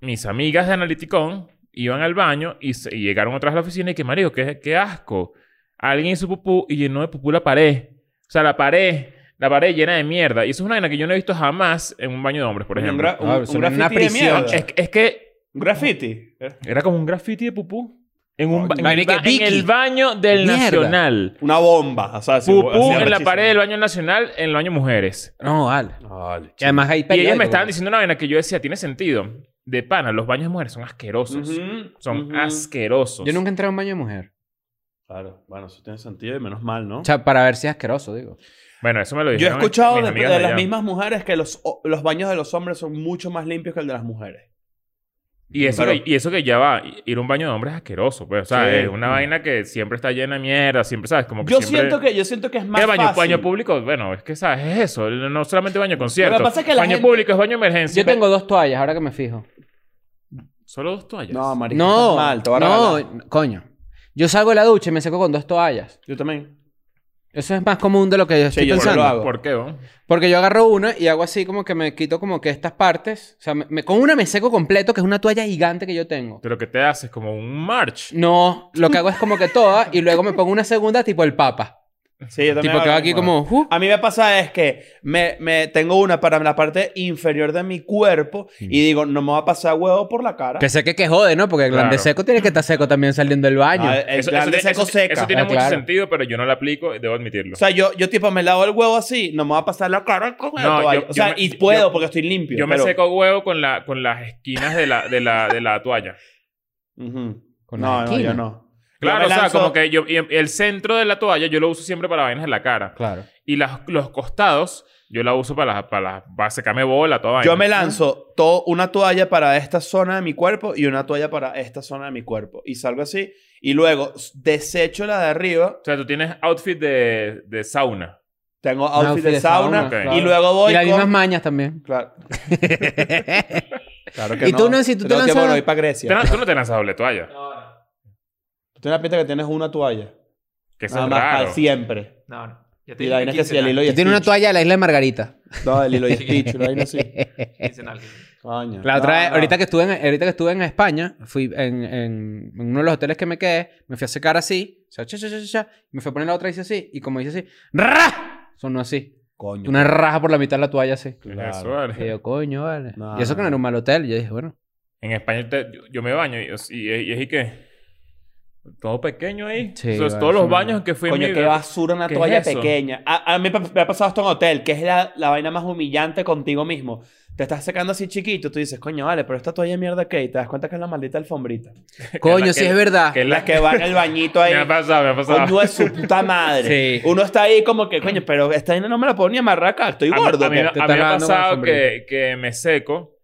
Speaker 2: mis amigas de Analiticón iban al baño y, se- y llegaron atrás de la oficina y que, marido, qué, qué asco. Alguien hizo pupú y llenó de pupú la pared. O sea, la pared, la pared llena de mierda. Y eso es una vaina que yo no he visto jamás en un baño de hombres, por
Speaker 3: Un
Speaker 2: ejemplo.
Speaker 3: gra- Un,
Speaker 4: Ah,
Speaker 3: un
Speaker 4: eso era una
Speaker 3: graffiti de
Speaker 4: prisión,
Speaker 3: mierda.
Speaker 2: Es, es que
Speaker 3: Un graffiti.
Speaker 2: era como un graffiti de pupú. En, un ba- en
Speaker 4: Vaina
Speaker 2: el,
Speaker 4: que
Speaker 2: ba- en
Speaker 4: Vicky.
Speaker 2: el baño del
Speaker 4: Mierda.
Speaker 2: Nacional.
Speaker 3: Una bomba. O sea, así- así
Speaker 2: Pupú en la
Speaker 3: arrechísimo.
Speaker 2: pared del baño nacional, en el baño mujeres.
Speaker 4: No, vale. Que además hay
Speaker 2: Y ellas
Speaker 4: periódicos,
Speaker 2: me estaban
Speaker 4: güey.
Speaker 2: diciendo una vaina que yo decía, tiene sentido. De pana, los baños de mujeres son asquerosos.
Speaker 3: Ujú,
Speaker 2: Son
Speaker 3: ujú.
Speaker 2: asquerosos.
Speaker 4: Yo nunca entré a un baño de mujer.
Speaker 3: Claro. Bueno, eso tiene sentido y menos mal, ¿no?
Speaker 4: O sea, para ver si es asqueroso, digo.
Speaker 2: Bueno, eso me lo
Speaker 3: Yo he
Speaker 2: dijeron
Speaker 3: escuchado
Speaker 2: mis
Speaker 3: de,
Speaker 2: amigas
Speaker 3: de
Speaker 2: allá.
Speaker 3: las mismas mujeres que los, o- los baños de los hombres son mucho más limpios que el de las mujeres.
Speaker 2: Y eso,
Speaker 3: Pero-
Speaker 2: que, y eso que ya va, ir a un baño de hombres es asqueroso. Pues, o sea,
Speaker 3: Sí.
Speaker 2: es una vaina que siempre está llena de mierda, siempre, ¿sabes? Como que
Speaker 3: Yo
Speaker 2: siempre-
Speaker 3: siento que yo siento que es más
Speaker 2: ¿Qué baño,
Speaker 3: fácil.
Speaker 2: baño público? Bueno, es que, ¿sabes? Es eso. No solamente baño de concierto.
Speaker 3: Lo que pasa es que la
Speaker 2: baño
Speaker 3: gente-
Speaker 2: público es baño de emergencia.
Speaker 4: Yo tengo dos toallas, ahora que me fijo.
Speaker 2: Solo dos toallas.
Speaker 3: No, marico,
Speaker 4: No,
Speaker 3: estás mal, te voy a regalar.
Speaker 4: no, coño. Yo salgo de la ducha y me seco con dos toallas.
Speaker 3: Yo también.
Speaker 4: Eso es más común de lo que yo estoy
Speaker 3: yo no lo
Speaker 4: pensando.
Speaker 3: hago.
Speaker 2: ¿Por qué, vos?
Speaker 4: Porque yo agarro una y hago así como que me quito como que estas partes. O sea, me- me- con una me seco completo, que es una toalla gigante que yo tengo.
Speaker 2: Pero que te haces como un march.
Speaker 4: No, lo que hago es como que toda y luego me pongo una segunda tipo el papa.
Speaker 3: Sí, yo también
Speaker 4: Tipo que
Speaker 3: hago
Speaker 4: va
Speaker 3: lo
Speaker 4: aquí
Speaker 3: mismo.
Speaker 4: como... uh,
Speaker 3: A mí me pasa es que me, me tengo una para la parte inferior de mi cuerpo
Speaker 2: Mm.
Speaker 3: y digo, no me va a pasar huevo por la cara.
Speaker 4: que sé que, que jode, ¿no? Porque el glande
Speaker 2: Claro.
Speaker 4: seco tiene que estar seco también saliendo del baño.
Speaker 3: Ah, el glande
Speaker 2: tiene-
Speaker 3: seco
Speaker 2: eso-
Speaker 3: seca.
Speaker 2: eso tiene
Speaker 4: Ah,
Speaker 2: mucho
Speaker 4: claro.
Speaker 2: sentido, pero yo no lo aplico, debo admitirlo.
Speaker 3: O sea, yo, yo tipo me lavo el huevo así, no me va a pasar la cara con la
Speaker 2: No,
Speaker 3: toalla.
Speaker 2: yo-
Speaker 3: o sea,
Speaker 2: yo me-
Speaker 3: y puedo
Speaker 2: yo-
Speaker 3: porque estoy limpio.
Speaker 2: Yo me
Speaker 3: pero-
Speaker 2: seco huevo con, la, con las esquinas de la, de la, de la toalla.
Speaker 3: Ujú.
Speaker 4: Con la
Speaker 3: no, no,
Speaker 4: esquina.
Speaker 3: yo no.
Speaker 2: Claro,
Speaker 3: Yo
Speaker 2: o
Speaker 3: me
Speaker 2: sea,
Speaker 3: lanzo-
Speaker 2: como que yo, y el centro de la toalla yo lo uso siempre para vainas de la cara.
Speaker 4: Claro.
Speaker 2: Y las, los costados yo la uso para, las- para, las- para secarme bola, toda vaina.
Speaker 3: Yo me lanzo to- una toalla para esta zona de mi cuerpo y una toalla para esta zona de mi cuerpo. Y salgo así. Y luego s- desecho la de arriba.
Speaker 2: O sea, tú tienes outfit de, de sauna.
Speaker 3: Tengo outfit,
Speaker 4: outfit
Speaker 3: de,
Speaker 4: Ah, de
Speaker 3: sauna.
Speaker 4: sauna,
Speaker 2: Ok.
Speaker 3: Y
Speaker 4: claro.
Speaker 3: luego voy
Speaker 4: Y las
Speaker 3: con...
Speaker 4: mismas mañas también.
Speaker 3: Claro. claro
Speaker 4: Y tú, Nancy, tú te
Speaker 3: Tengo tiempo
Speaker 4: lanzas-
Speaker 3: para ir para
Speaker 2: Te
Speaker 3: Grecia.
Speaker 2: lan- tú no te lanzas doble toalla.
Speaker 5: No, no.
Speaker 3: Tú tienes la pinta que tienes una toalla.
Speaker 2: Que eso
Speaker 3: Nada
Speaker 2: es
Speaker 3: más para
Speaker 2: raro.
Speaker 3: siempre.
Speaker 5: No, no. Ya te
Speaker 3: Y la
Speaker 5: dije
Speaker 3: vaina es que si el
Speaker 5: quincenal,
Speaker 3: hilo y
Speaker 4: Yo tiene una
Speaker 3: Stitch.
Speaker 4: toalla de la isla de Margarita.
Speaker 3: No, el hilo y Stitch. La vaina así.
Speaker 5: quincenal.
Speaker 3: Coño.
Speaker 4: La otra
Speaker 3: No,
Speaker 4: vez,
Speaker 3: no.
Speaker 4: ahorita que estuve en, ahorita que estuve en España, fui en, en- en uno de los hoteles que me quedé, me fui a secar así, o sea, cha, cha, cha, cha, cha, y me fui a poner la otra y hice así, y como hice así, ¡ra! Sonó así.
Speaker 3: Coño.
Speaker 4: Una raja por la mitad de la toalla así.
Speaker 2: Eso,
Speaker 3: Claro.
Speaker 2: vale.
Speaker 4: Y yo, coño, vale.
Speaker 3: No,
Speaker 4: y eso que no era un mal hotel, yo dije, bueno.
Speaker 2: En España te- yo, yo me baño y, y, y es y que... Todo pequeño ahí.
Speaker 4: Sí,
Speaker 2: O
Speaker 4: vale,
Speaker 2: sea, todos
Speaker 4: eso
Speaker 2: los
Speaker 4: no-
Speaker 2: baños que fui en
Speaker 3: Coño,
Speaker 2: mi-
Speaker 3: qué basura una
Speaker 2: ¿Qué
Speaker 3: toalla
Speaker 2: es eso?
Speaker 3: pequeña. A, a mí me, me ha pasado esto en hotel, que es la, la vaina más humillante contigo mismo. Te estás secando así chiquito, tú dices, coño, vale, pero esta toalla de mierda que y te das cuenta que es la maldita alfombrita.
Speaker 4: Coño,
Speaker 2: la-
Speaker 4: si
Speaker 2: que-
Speaker 4: es verdad.
Speaker 2: que
Speaker 3: La que va en el bañito ahí.
Speaker 2: Me ha pasado, me ha pasado.
Speaker 3: Coño de su puta madre.
Speaker 4: Sí.
Speaker 3: Uno está ahí como que, coño, pero esta vaina no me la puedo ni amarrar acá, estoy
Speaker 2: A mí-
Speaker 3: gordo.
Speaker 2: A mí,
Speaker 3: ¿qué?".
Speaker 4: te
Speaker 2: a mí
Speaker 4: estás
Speaker 2: me ha
Speaker 4: lavando con la
Speaker 2: pasado
Speaker 4: sombrilla.
Speaker 2: que, que me seco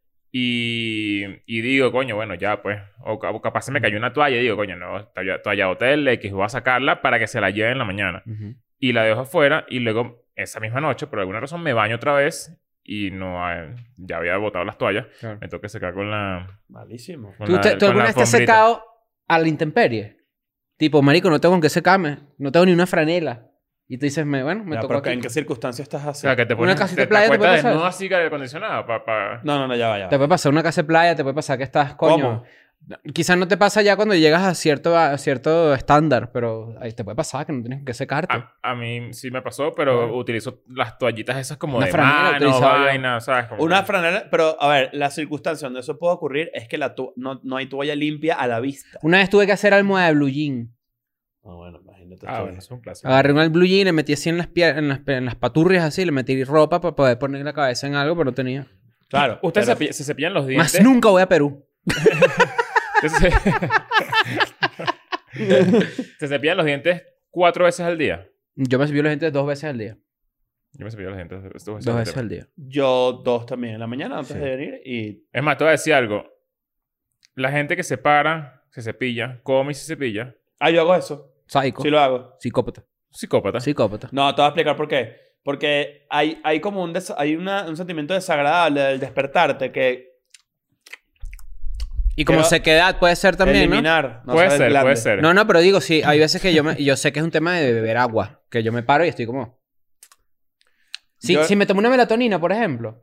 Speaker 2: y, y digo, coño, bueno, ya pues. O, ca- o capaz se me cayó una toalla y digo, coño, no, toalla, toalla de hotel, X, voy a sacarla para que se la lleve en la mañana.
Speaker 4: Ujú.
Speaker 2: Y la dejo afuera y luego esa misma noche, por alguna razón, me baño otra vez y no hay- ya había botado las toallas.
Speaker 4: Claro.
Speaker 2: Me tengo que secar con la.
Speaker 3: Malísimo.
Speaker 2: con
Speaker 4: ¿Tú,
Speaker 2: la-
Speaker 4: te- tú
Speaker 2: con la
Speaker 4: alguna vez te has
Speaker 2: alfombrita.
Speaker 4: secado a la intemperie? Tipo, marico, no tengo con qué secarme, no tengo ni una franela. Y tú dices, me, bueno, me
Speaker 3: Ya,
Speaker 4: tocó
Speaker 3: pero
Speaker 4: aquí.
Speaker 3: ¿en qué circunstancias estás
Speaker 2: O
Speaker 3: así?
Speaker 2: sea, que te
Speaker 4: Una
Speaker 2: pones.
Speaker 4: casita
Speaker 2: te,
Speaker 4: de playa te
Speaker 2: te
Speaker 4: puede
Speaker 2: acuestas
Speaker 4: pasar.
Speaker 2: desnudo así, aire acondicionado, para.
Speaker 3: No, no, no, ya va, ya va.
Speaker 4: Te puede pasar una casa de playa, te puede pasar que estás, coño.
Speaker 3: ¿Cómo?
Speaker 4: Quizás no te pasa ya cuando llegas a cierto, a cierto estándar, pero ahí te puede pasar que no tienes que secarte.
Speaker 2: A, a mí sí me pasó, pero utilizo las toallitas esas como
Speaker 4: Una
Speaker 2: de
Speaker 4: franela
Speaker 2: mano,
Speaker 4: utilizaba yo.
Speaker 2: vaina, ¿sabes? Como
Speaker 3: Una
Speaker 2: que-
Speaker 3: franela, pero a ver, la circunstancia donde eso puede ocurrir es que la to- no, no hay toalla limpia a la vista.
Speaker 4: Una vez tuve que hacer almohada de blue jean.
Speaker 3: Ah, bueno, imagínate.
Speaker 2: Ah, bueno, es un clásico.
Speaker 4: Agarré un blue jean, le metí así en las, pier- en las, en las paturrias, así, le metí ropa para poder poner la cabeza en algo, pero no tenía.
Speaker 3: Claro.
Speaker 2: Ustedes
Speaker 3: pero-
Speaker 2: se, pi- se cepillan los dientes.
Speaker 4: Más nunca voy a Perú.
Speaker 2: Ustedes se... se cepillan los dientes cuatro veces al día.
Speaker 4: Yo me cepillo los dientes dos veces al día.
Speaker 2: Yo me cepillo los dientes dos veces
Speaker 4: Dos
Speaker 2: al
Speaker 4: veces
Speaker 2: día.
Speaker 4: al día.
Speaker 3: Yo dos también en la mañana antes
Speaker 4: Sí.
Speaker 3: de venir y
Speaker 2: Es más, te voy a decir algo. La gente que se para, se cepilla, come y se cepilla,
Speaker 3: ah yo hago eso.
Speaker 4: Psycho.
Speaker 3: Sí lo hago.
Speaker 4: Psicópata.
Speaker 2: psicópata.
Speaker 4: Psicópata.
Speaker 3: No, te voy a explicar por qué. Porque hay, hay como un, des- hay una- un sentimiento desagradable del despertarte que
Speaker 4: Y como
Speaker 3: Pero-
Speaker 4: sequedad puede ser también, ¿no?
Speaker 3: eliminar. no
Speaker 2: puede
Speaker 3: sabes,
Speaker 2: ser,
Speaker 3: glande.
Speaker 2: puede ser.
Speaker 4: No, no, pero digo, sí, hay veces que yo, me- yo sé que es un tema de beber agua, que yo me paro y estoy como... Si,
Speaker 3: Yo-
Speaker 4: si me tomo una melatonina, por ejemplo.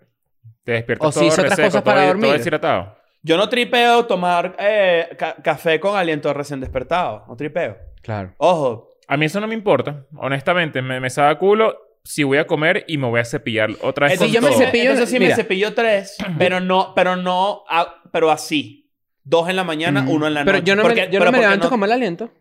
Speaker 2: Te despiertas
Speaker 4: O si
Speaker 2: todo
Speaker 4: hice otras
Speaker 2: reseco,
Speaker 4: cosas
Speaker 2: todo-
Speaker 4: para
Speaker 2: todo
Speaker 4: dormir.
Speaker 2: deshidratado.
Speaker 3: Yo no tripeo tomar eh, ca- café con aliento recién despertado. No tripeo.
Speaker 4: Claro.
Speaker 3: Ojo,
Speaker 2: A mí eso no me importa. Honestamente, me, me saca culo si voy a comer y me voy a cepillar otra vez
Speaker 4: si
Speaker 3: Entonces,
Speaker 4: yo
Speaker 2: con
Speaker 4: me
Speaker 2: todo.
Speaker 4: cepillo-
Speaker 3: entonces sí
Speaker 4: mira.
Speaker 3: me cepillo tres, pero no, pero no, ah, pero así. Dos en la mañana, uno en la
Speaker 4: Mm. Pero
Speaker 3: noche.
Speaker 4: yo no
Speaker 3: Porque-
Speaker 4: me, yo
Speaker 3: pero
Speaker 4: no me
Speaker 3: porque Mm.
Speaker 4: levanto con mal aliento.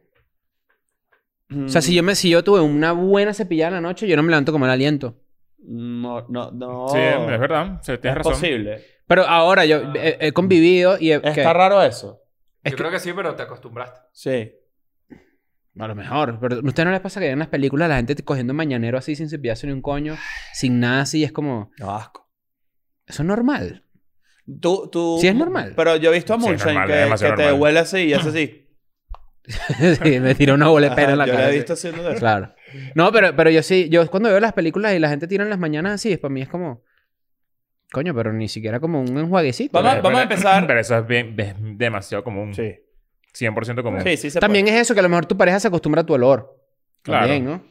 Speaker 4: O sea, si yo, me, si yo tuve una buena cepillada en la noche, yo no me levanto con mal aliento.
Speaker 3: Mm, No, no, no.
Speaker 2: Sí, es verdad. Sí,
Speaker 3: Oh. Es
Speaker 2: tienes razón.
Speaker 3: posible.
Speaker 4: Pero ahora yo he, he convivido y... he- que-
Speaker 3: Ah. Está raro eso.
Speaker 4: Es
Speaker 5: Yo
Speaker 4: que-
Speaker 5: creo que sí, pero te acostumbraste.
Speaker 3: Sí.
Speaker 4: A lo mejor, pero ¿a ustedes no les pasa que en las películas la gente cogiendo mañanero así sin cepillarse ni un coño, sin nada así, y es como,
Speaker 3: No, asco.
Speaker 4: eso es normal.
Speaker 3: Tú, tú.
Speaker 4: Sí, es normal.
Speaker 3: Pero yo he visto a
Speaker 2: Sí, es
Speaker 3: Munchen
Speaker 2: normal, es
Speaker 3: que,
Speaker 2: demasiado
Speaker 3: que te
Speaker 2: normal.
Speaker 3: huele así y hace así.
Speaker 4: Sí, me tiró una bola de pelo en la
Speaker 3: Ajá, yo
Speaker 4: cara.
Speaker 3: le he visto haciendo eso.
Speaker 4: Claro. No, pero, pero yo sí, yo cuando veo las películas y la gente tira en las mañanas así, para mí es como, coño, pero ni siquiera como un enjuaguecito.
Speaker 3: Vamos-
Speaker 2: Pero-
Speaker 3: vamos a
Speaker 2: pero-
Speaker 3: empezar.
Speaker 2: Pero eso es, bien, es demasiado común.
Speaker 3: Sí.
Speaker 2: 100% común.
Speaker 3: Sí, sí se
Speaker 4: También es eso, que a lo mejor tu pareja se acostumbra a tu olor.
Speaker 2: Claro.
Speaker 4: También, ¿no?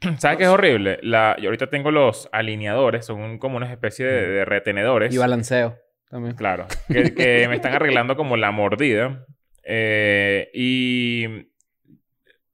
Speaker 2: ¿Sabes qué es horrible? La, yo ahorita tengo los alineadores. Son un- como una especie de,
Speaker 3: Mm.
Speaker 2: de retenedores.
Speaker 4: Y balanceo. También.
Speaker 2: Claro. Que, que me están arreglando como la mordida. Eh, y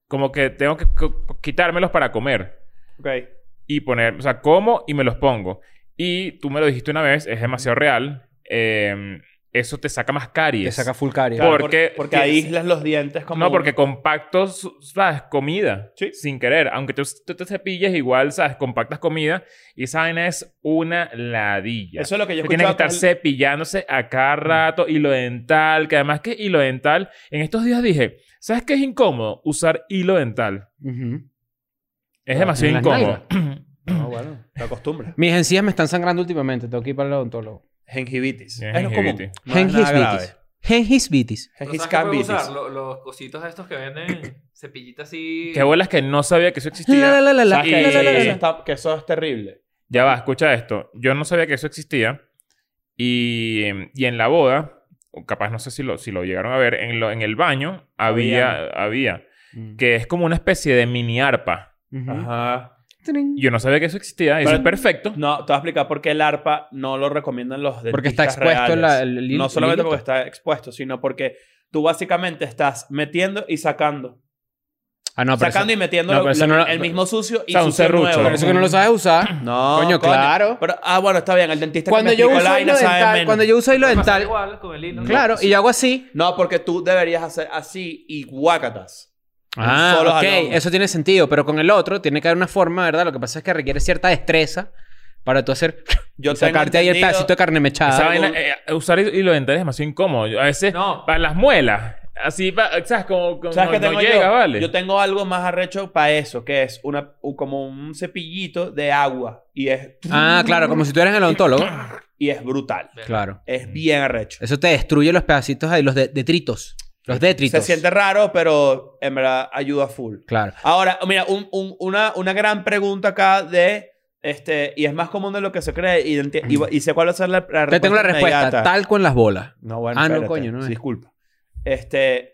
Speaker 2: como que tengo que co- quitármelos para comer.
Speaker 3: puede. Ok.
Speaker 2: y poner, o sea, como y me los pongo. Y tú me lo dijiste una vez, es demasiado real. eh, eso te saca
Speaker 4: Te
Speaker 2: más caries.
Speaker 4: saca full caries.
Speaker 2: Claro.
Speaker 3: Por-
Speaker 2: porque-
Speaker 3: porque aíslas los dientes como.
Speaker 2: no, porque compactos, ¿sabes? Comida.
Speaker 3: Sí.
Speaker 2: Sin querer. Aunque tú, tú te cepilles igual, ¿sabes? Compactas comida. Y esa vaina es una ladilla.
Speaker 3: Eso es lo que yo
Speaker 2: Que tiene que
Speaker 3: escuchaba
Speaker 2: estar
Speaker 3: con-
Speaker 2: cepillándose a cada rato. Hilo dental. Que además que hilo dental... En estos días dije, ¿sabes qué es incómodo? Usar hilo dental.
Speaker 4: Ujú.
Speaker 2: Es demasiado
Speaker 4: en las
Speaker 2: incómodo.
Speaker 3: No, bueno, te acostumbras.
Speaker 4: Mis encías me están sangrando últimamente. Tengo que ir para el odontólogo.
Speaker 3: Gengivitis.
Speaker 2: Sí,
Speaker 3: Es lo común.
Speaker 2: gengivitis.
Speaker 3: No es nada grave.
Speaker 4: Gengisvitis. Gengisvitis.
Speaker 5: ¿Pero
Speaker 3: Gengis
Speaker 5: ¿Sabes qué puedes
Speaker 3: cambitis.
Speaker 5: usar? Lo- los cositos estos que venden cepillitas así.
Speaker 2: Qué bolas que no sabía que eso existía.
Speaker 4: La, la, la, la, la,
Speaker 2: ¿Sabes
Speaker 3: ¿Sabes
Speaker 4: la,
Speaker 2: qué?
Speaker 4: la, la,
Speaker 3: que,
Speaker 4: la,
Speaker 3: eso
Speaker 4: la.
Speaker 3: está- que eso es terrible?
Speaker 2: Ya va, escucha esto. Yo no sabía que eso existía. Y, y en la boda, o capaz no sé si lo, si lo llegaron a ver, en, lo, en el baño había, había, que es como una especie de mini arpa.
Speaker 4: Mm. Ujú.
Speaker 3: Ajá.
Speaker 4: Tring.
Speaker 2: Yo no sabía que eso existía. Y eso
Speaker 3: Pero-
Speaker 2: es perfecto.
Speaker 3: No, te voy a explicar por qué el ARPA no lo recomiendan los dentistas
Speaker 4: Porque está expuesto
Speaker 3: reales.
Speaker 4: la- el, el-
Speaker 3: No
Speaker 4: el
Speaker 3: solamente
Speaker 4: hilito.
Speaker 3: porque está expuesto, sino porque tú básicamente estás metiendo y sacando.
Speaker 4: Ah, no, pero
Speaker 3: sacando
Speaker 4: eso,
Speaker 3: y metiendo
Speaker 2: no,
Speaker 3: lo-
Speaker 2: pero eso
Speaker 3: lo-
Speaker 2: no lo-
Speaker 3: el mismo sucio y
Speaker 2: O sea, un
Speaker 3: sucio
Speaker 2: serrucho.
Speaker 3: nuevo.
Speaker 4: pero eso que no lo sabes usar.
Speaker 3: No,
Speaker 4: Coño, claro.
Speaker 3: Pero, ah, bueno, está bien. El dentista
Speaker 4: Cuando
Speaker 3: que me
Speaker 4: yo,
Speaker 3: explicó
Speaker 4: uso
Speaker 3: la vaina
Speaker 4: hilo
Speaker 3: sabe
Speaker 4: dental,
Speaker 3: menos.
Speaker 4: cuando yo uso hilo
Speaker 5: Puede pasar
Speaker 4: dental,
Speaker 5: igual con el hilo. ¿no?
Speaker 4: claro, y yo hago así.
Speaker 3: No, porque tú deberías hacer así y guácatas.
Speaker 4: Ah,
Speaker 3: solo
Speaker 4: ok,
Speaker 3: jalón.
Speaker 4: eso tiene sentido, pero con el otro tiene que haber una forma, ¿verdad? Lo que pasa es que requiere cierta destreza para tú hacer
Speaker 3: Yo tengo
Speaker 4: sacarte ahí el
Speaker 3: entendido-
Speaker 4: pedacito de carne mechada.
Speaker 2: Esa vaina, eh, usar hilo- hilo dental es demasiado incómodo. Yo a veces,
Speaker 5: No.
Speaker 2: para las muelas, así, pa- ¿sabes? Como, como
Speaker 3: ¿Sabes qué
Speaker 2: no
Speaker 3: tengo
Speaker 2: llega,
Speaker 3: yo?
Speaker 2: ¿vale?
Speaker 3: Yo tengo algo más arrecho para eso, que es una, u- como un cepillito de agua. Y es,
Speaker 4: Ah, claro, como si tú eras el odontólogo.
Speaker 3: y es brutal.
Speaker 4: claro.
Speaker 3: Es bien arrecho.
Speaker 4: Eso te destruye los pedacitos ahí, los de- detritos. Los detritos.
Speaker 3: Se siente raro, pero en verdad ayuda full.
Speaker 4: Claro.
Speaker 3: Ahora, mira, un- un- una, una gran pregunta acá de... Este, y es más común de lo que se cree. Y, enti- y- y sé cuál va a ser la, la respuesta.
Speaker 4: Te tengo la respuesta.
Speaker 3: inmediata.
Speaker 4: Tal con las bolas.
Speaker 3: No, bueno,
Speaker 4: Ah, no,
Speaker 3: espérate.
Speaker 4: coño, no es.
Speaker 3: Disculpa. Este,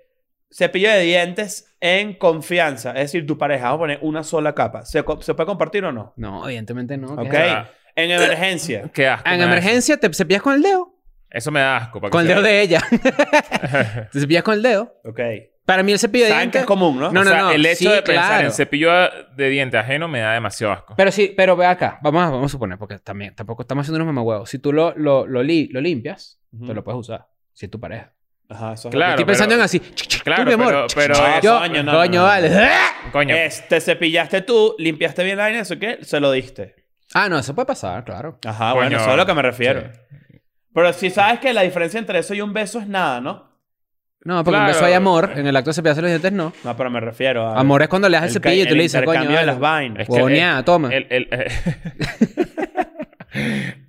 Speaker 3: cepillo de dientes en confianza. Es decir, tu pareja, vamos a poner una sola capa. ¿Se, co- se puede compartir o no?
Speaker 4: No, evidentemente no. ¿qué
Speaker 3: Ok.
Speaker 4: es eso?
Speaker 2: sea-
Speaker 3: En emergencia.
Speaker 2: Qué asco.
Speaker 4: En
Speaker 2: me da eso.
Speaker 4: emergencia te cepillas con el dedo.
Speaker 2: Eso me da asco. para que
Speaker 4: Con el
Speaker 2: sea-
Speaker 4: dedo de ella. te cepillas con el dedo.
Speaker 3: Ok.
Speaker 4: Para mí el cepillo de
Speaker 3: Saben que
Speaker 4: dientes...
Speaker 3: es común, ¿no?
Speaker 4: No,
Speaker 2: o
Speaker 4: no,
Speaker 2: sea,
Speaker 4: no.
Speaker 2: el hecho
Speaker 4: Sí,
Speaker 2: de pensar
Speaker 4: claro.
Speaker 2: en cepillo de diente ajeno me da demasiado asco.
Speaker 4: Pero sí, pero ve acá. Vamos a, vamos a suponer, porque también tampoco estamos haciendo unos mamahuevos. Si tú lo, lo, lo, li- lo limpias,
Speaker 3: Ujú.
Speaker 4: te lo puedes usar. Si es tu pareja.
Speaker 3: Ajá, eso es
Speaker 2: Claro,
Speaker 4: Estoy pensando
Speaker 2: pero-
Speaker 4: en así. chic, chic,
Speaker 2: Claro,
Speaker 4: tú, mi amor.
Speaker 2: pero- pero
Speaker 4: Chic, chic.
Speaker 3: eso,
Speaker 4: Yo,
Speaker 3: coño,
Speaker 4: coño,
Speaker 3: no, no, no.
Speaker 4: vale.
Speaker 2: Coño.
Speaker 3: Es, te Este, cepillaste tú, limpiaste bien la vaina, eso qué, se lo diste.
Speaker 4: Ah, no, eso puede pasar, claro.
Speaker 3: Ajá,
Speaker 2: Coño.
Speaker 3: bueno, eso es a lo que me refiero.
Speaker 2: Sí.
Speaker 3: Pero si sabes que la diferencia entre eso y un beso es nada, ¿no?
Speaker 4: No, porque en
Speaker 2: Claro.
Speaker 4: un beso hay amor. En el acto de cepillarse los dientes, no.
Speaker 3: No, pero me refiero a...
Speaker 4: Amor es cuando le das el,
Speaker 3: ca-
Speaker 4: cepillo y tú le dices,
Speaker 3: El
Speaker 4: coño.
Speaker 3: intercambio de las
Speaker 4: vale.
Speaker 3: vainas. Eh,
Speaker 2: Es que- eh,
Speaker 4: Huevoneada, toma.
Speaker 2: El- el-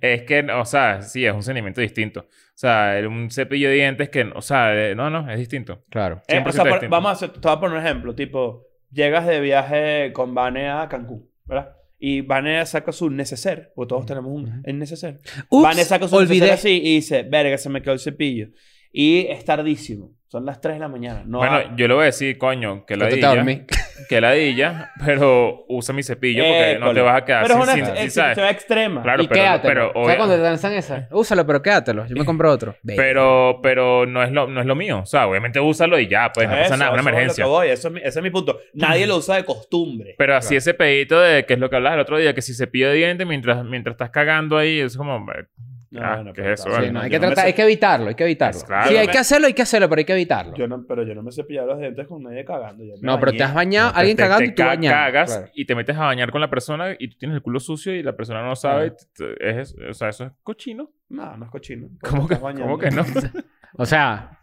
Speaker 2: es que, o sea, sí, es un sentimiento distinto. O sea, el- un cepillo de dientes que, o sea, eh, no, no, es distinto.
Speaker 4: Claro.
Speaker 3: Eh, o
Speaker 2: 100%
Speaker 3: sea, por-
Speaker 2: distinto.
Speaker 3: vamos a hacer, te voy a poner un ejemplo, tipo, llegas de viaje con Vane a Cancún, ¿verdad? Y Vanessa saca su neceser, porque todos tenemos
Speaker 4: Ujú.
Speaker 3: un el neceser.
Speaker 4: Ups,
Speaker 3: Vanessa saca su
Speaker 4: olvidé.
Speaker 3: neceser así y dice, verga, se me quedó el cepillo. Y es tardísimo. Son las 3 de la mañana. No
Speaker 2: bueno,
Speaker 3: hay-
Speaker 2: yo le voy a decir, coño, que
Speaker 4: ah. Yo te
Speaker 2: ladilla.
Speaker 4: dormí.
Speaker 2: Que ladilla, pero usa mi cepillo porque no te
Speaker 3: École.
Speaker 2: vas a quedar
Speaker 3: Pero es
Speaker 2: sin,
Speaker 3: una
Speaker 2: sin-
Speaker 3: ex-
Speaker 2: sin-
Speaker 3: ex-
Speaker 2: ¿sabes?
Speaker 3: situación extrema.
Speaker 2: Claro,
Speaker 4: y
Speaker 2: pero-
Speaker 4: quédatelo.
Speaker 2: pero
Speaker 4: ¿Sabes
Speaker 2: obvia-
Speaker 4: cuando te lanzan esa? Úsalo, pero quédatelo. Yo me compro otro. Ve.
Speaker 2: Pero, pero no, es lo, no es lo mío. O sea, obviamente úsalo y ya, pues no
Speaker 3: Eso,
Speaker 2: pasa nada, es
Speaker 3: eso
Speaker 2: una
Speaker 3: es lo
Speaker 2: emergencia.
Speaker 3: que voy, eso es mi- ese es mi punto. Nadie lo usa de costumbre.
Speaker 2: Pero así ese pedito de que es lo que hablabas el otro día, que si cepillo de dientes mientras, mientras estás cagando ahí, es como. Ah, ¿qué
Speaker 3: pero
Speaker 2: es eso,
Speaker 3: claro,
Speaker 2: vale?
Speaker 3: yo
Speaker 4: Sí, no, hay
Speaker 3: yo
Speaker 4: que
Speaker 3: me
Speaker 4: tratar,
Speaker 3: cep-
Speaker 4: hay que evitarlo, hay que evitarlo.
Speaker 2: Es Pues claro,
Speaker 4: sí, hay
Speaker 3: me-
Speaker 4: que hacerlo, hay que hacerlo, pero hay que evitarlo.
Speaker 3: yo no- pero yo no me cepillaba los dientes con nadie cagando. yo me
Speaker 4: no, pero te
Speaker 3: bañé.
Speaker 4: has bañado,
Speaker 2: Te-
Speaker 4: Ah, alguien
Speaker 2: te-
Speaker 4: cagando y
Speaker 2: te
Speaker 4: tú
Speaker 2: ca-
Speaker 4: bañando.
Speaker 2: cagas
Speaker 4: Claro.
Speaker 2: y te metes a bañar con la persona y tú tienes el culo sucio y la persona no sabe.
Speaker 4: Claro.
Speaker 2: t- t- es- o sea, eso es cochino.
Speaker 3: No, no es cochino. porque
Speaker 2: ¿Cómo
Speaker 3: te
Speaker 2: que,
Speaker 3: estás bañando.
Speaker 2: cómo que no?
Speaker 4: O sea,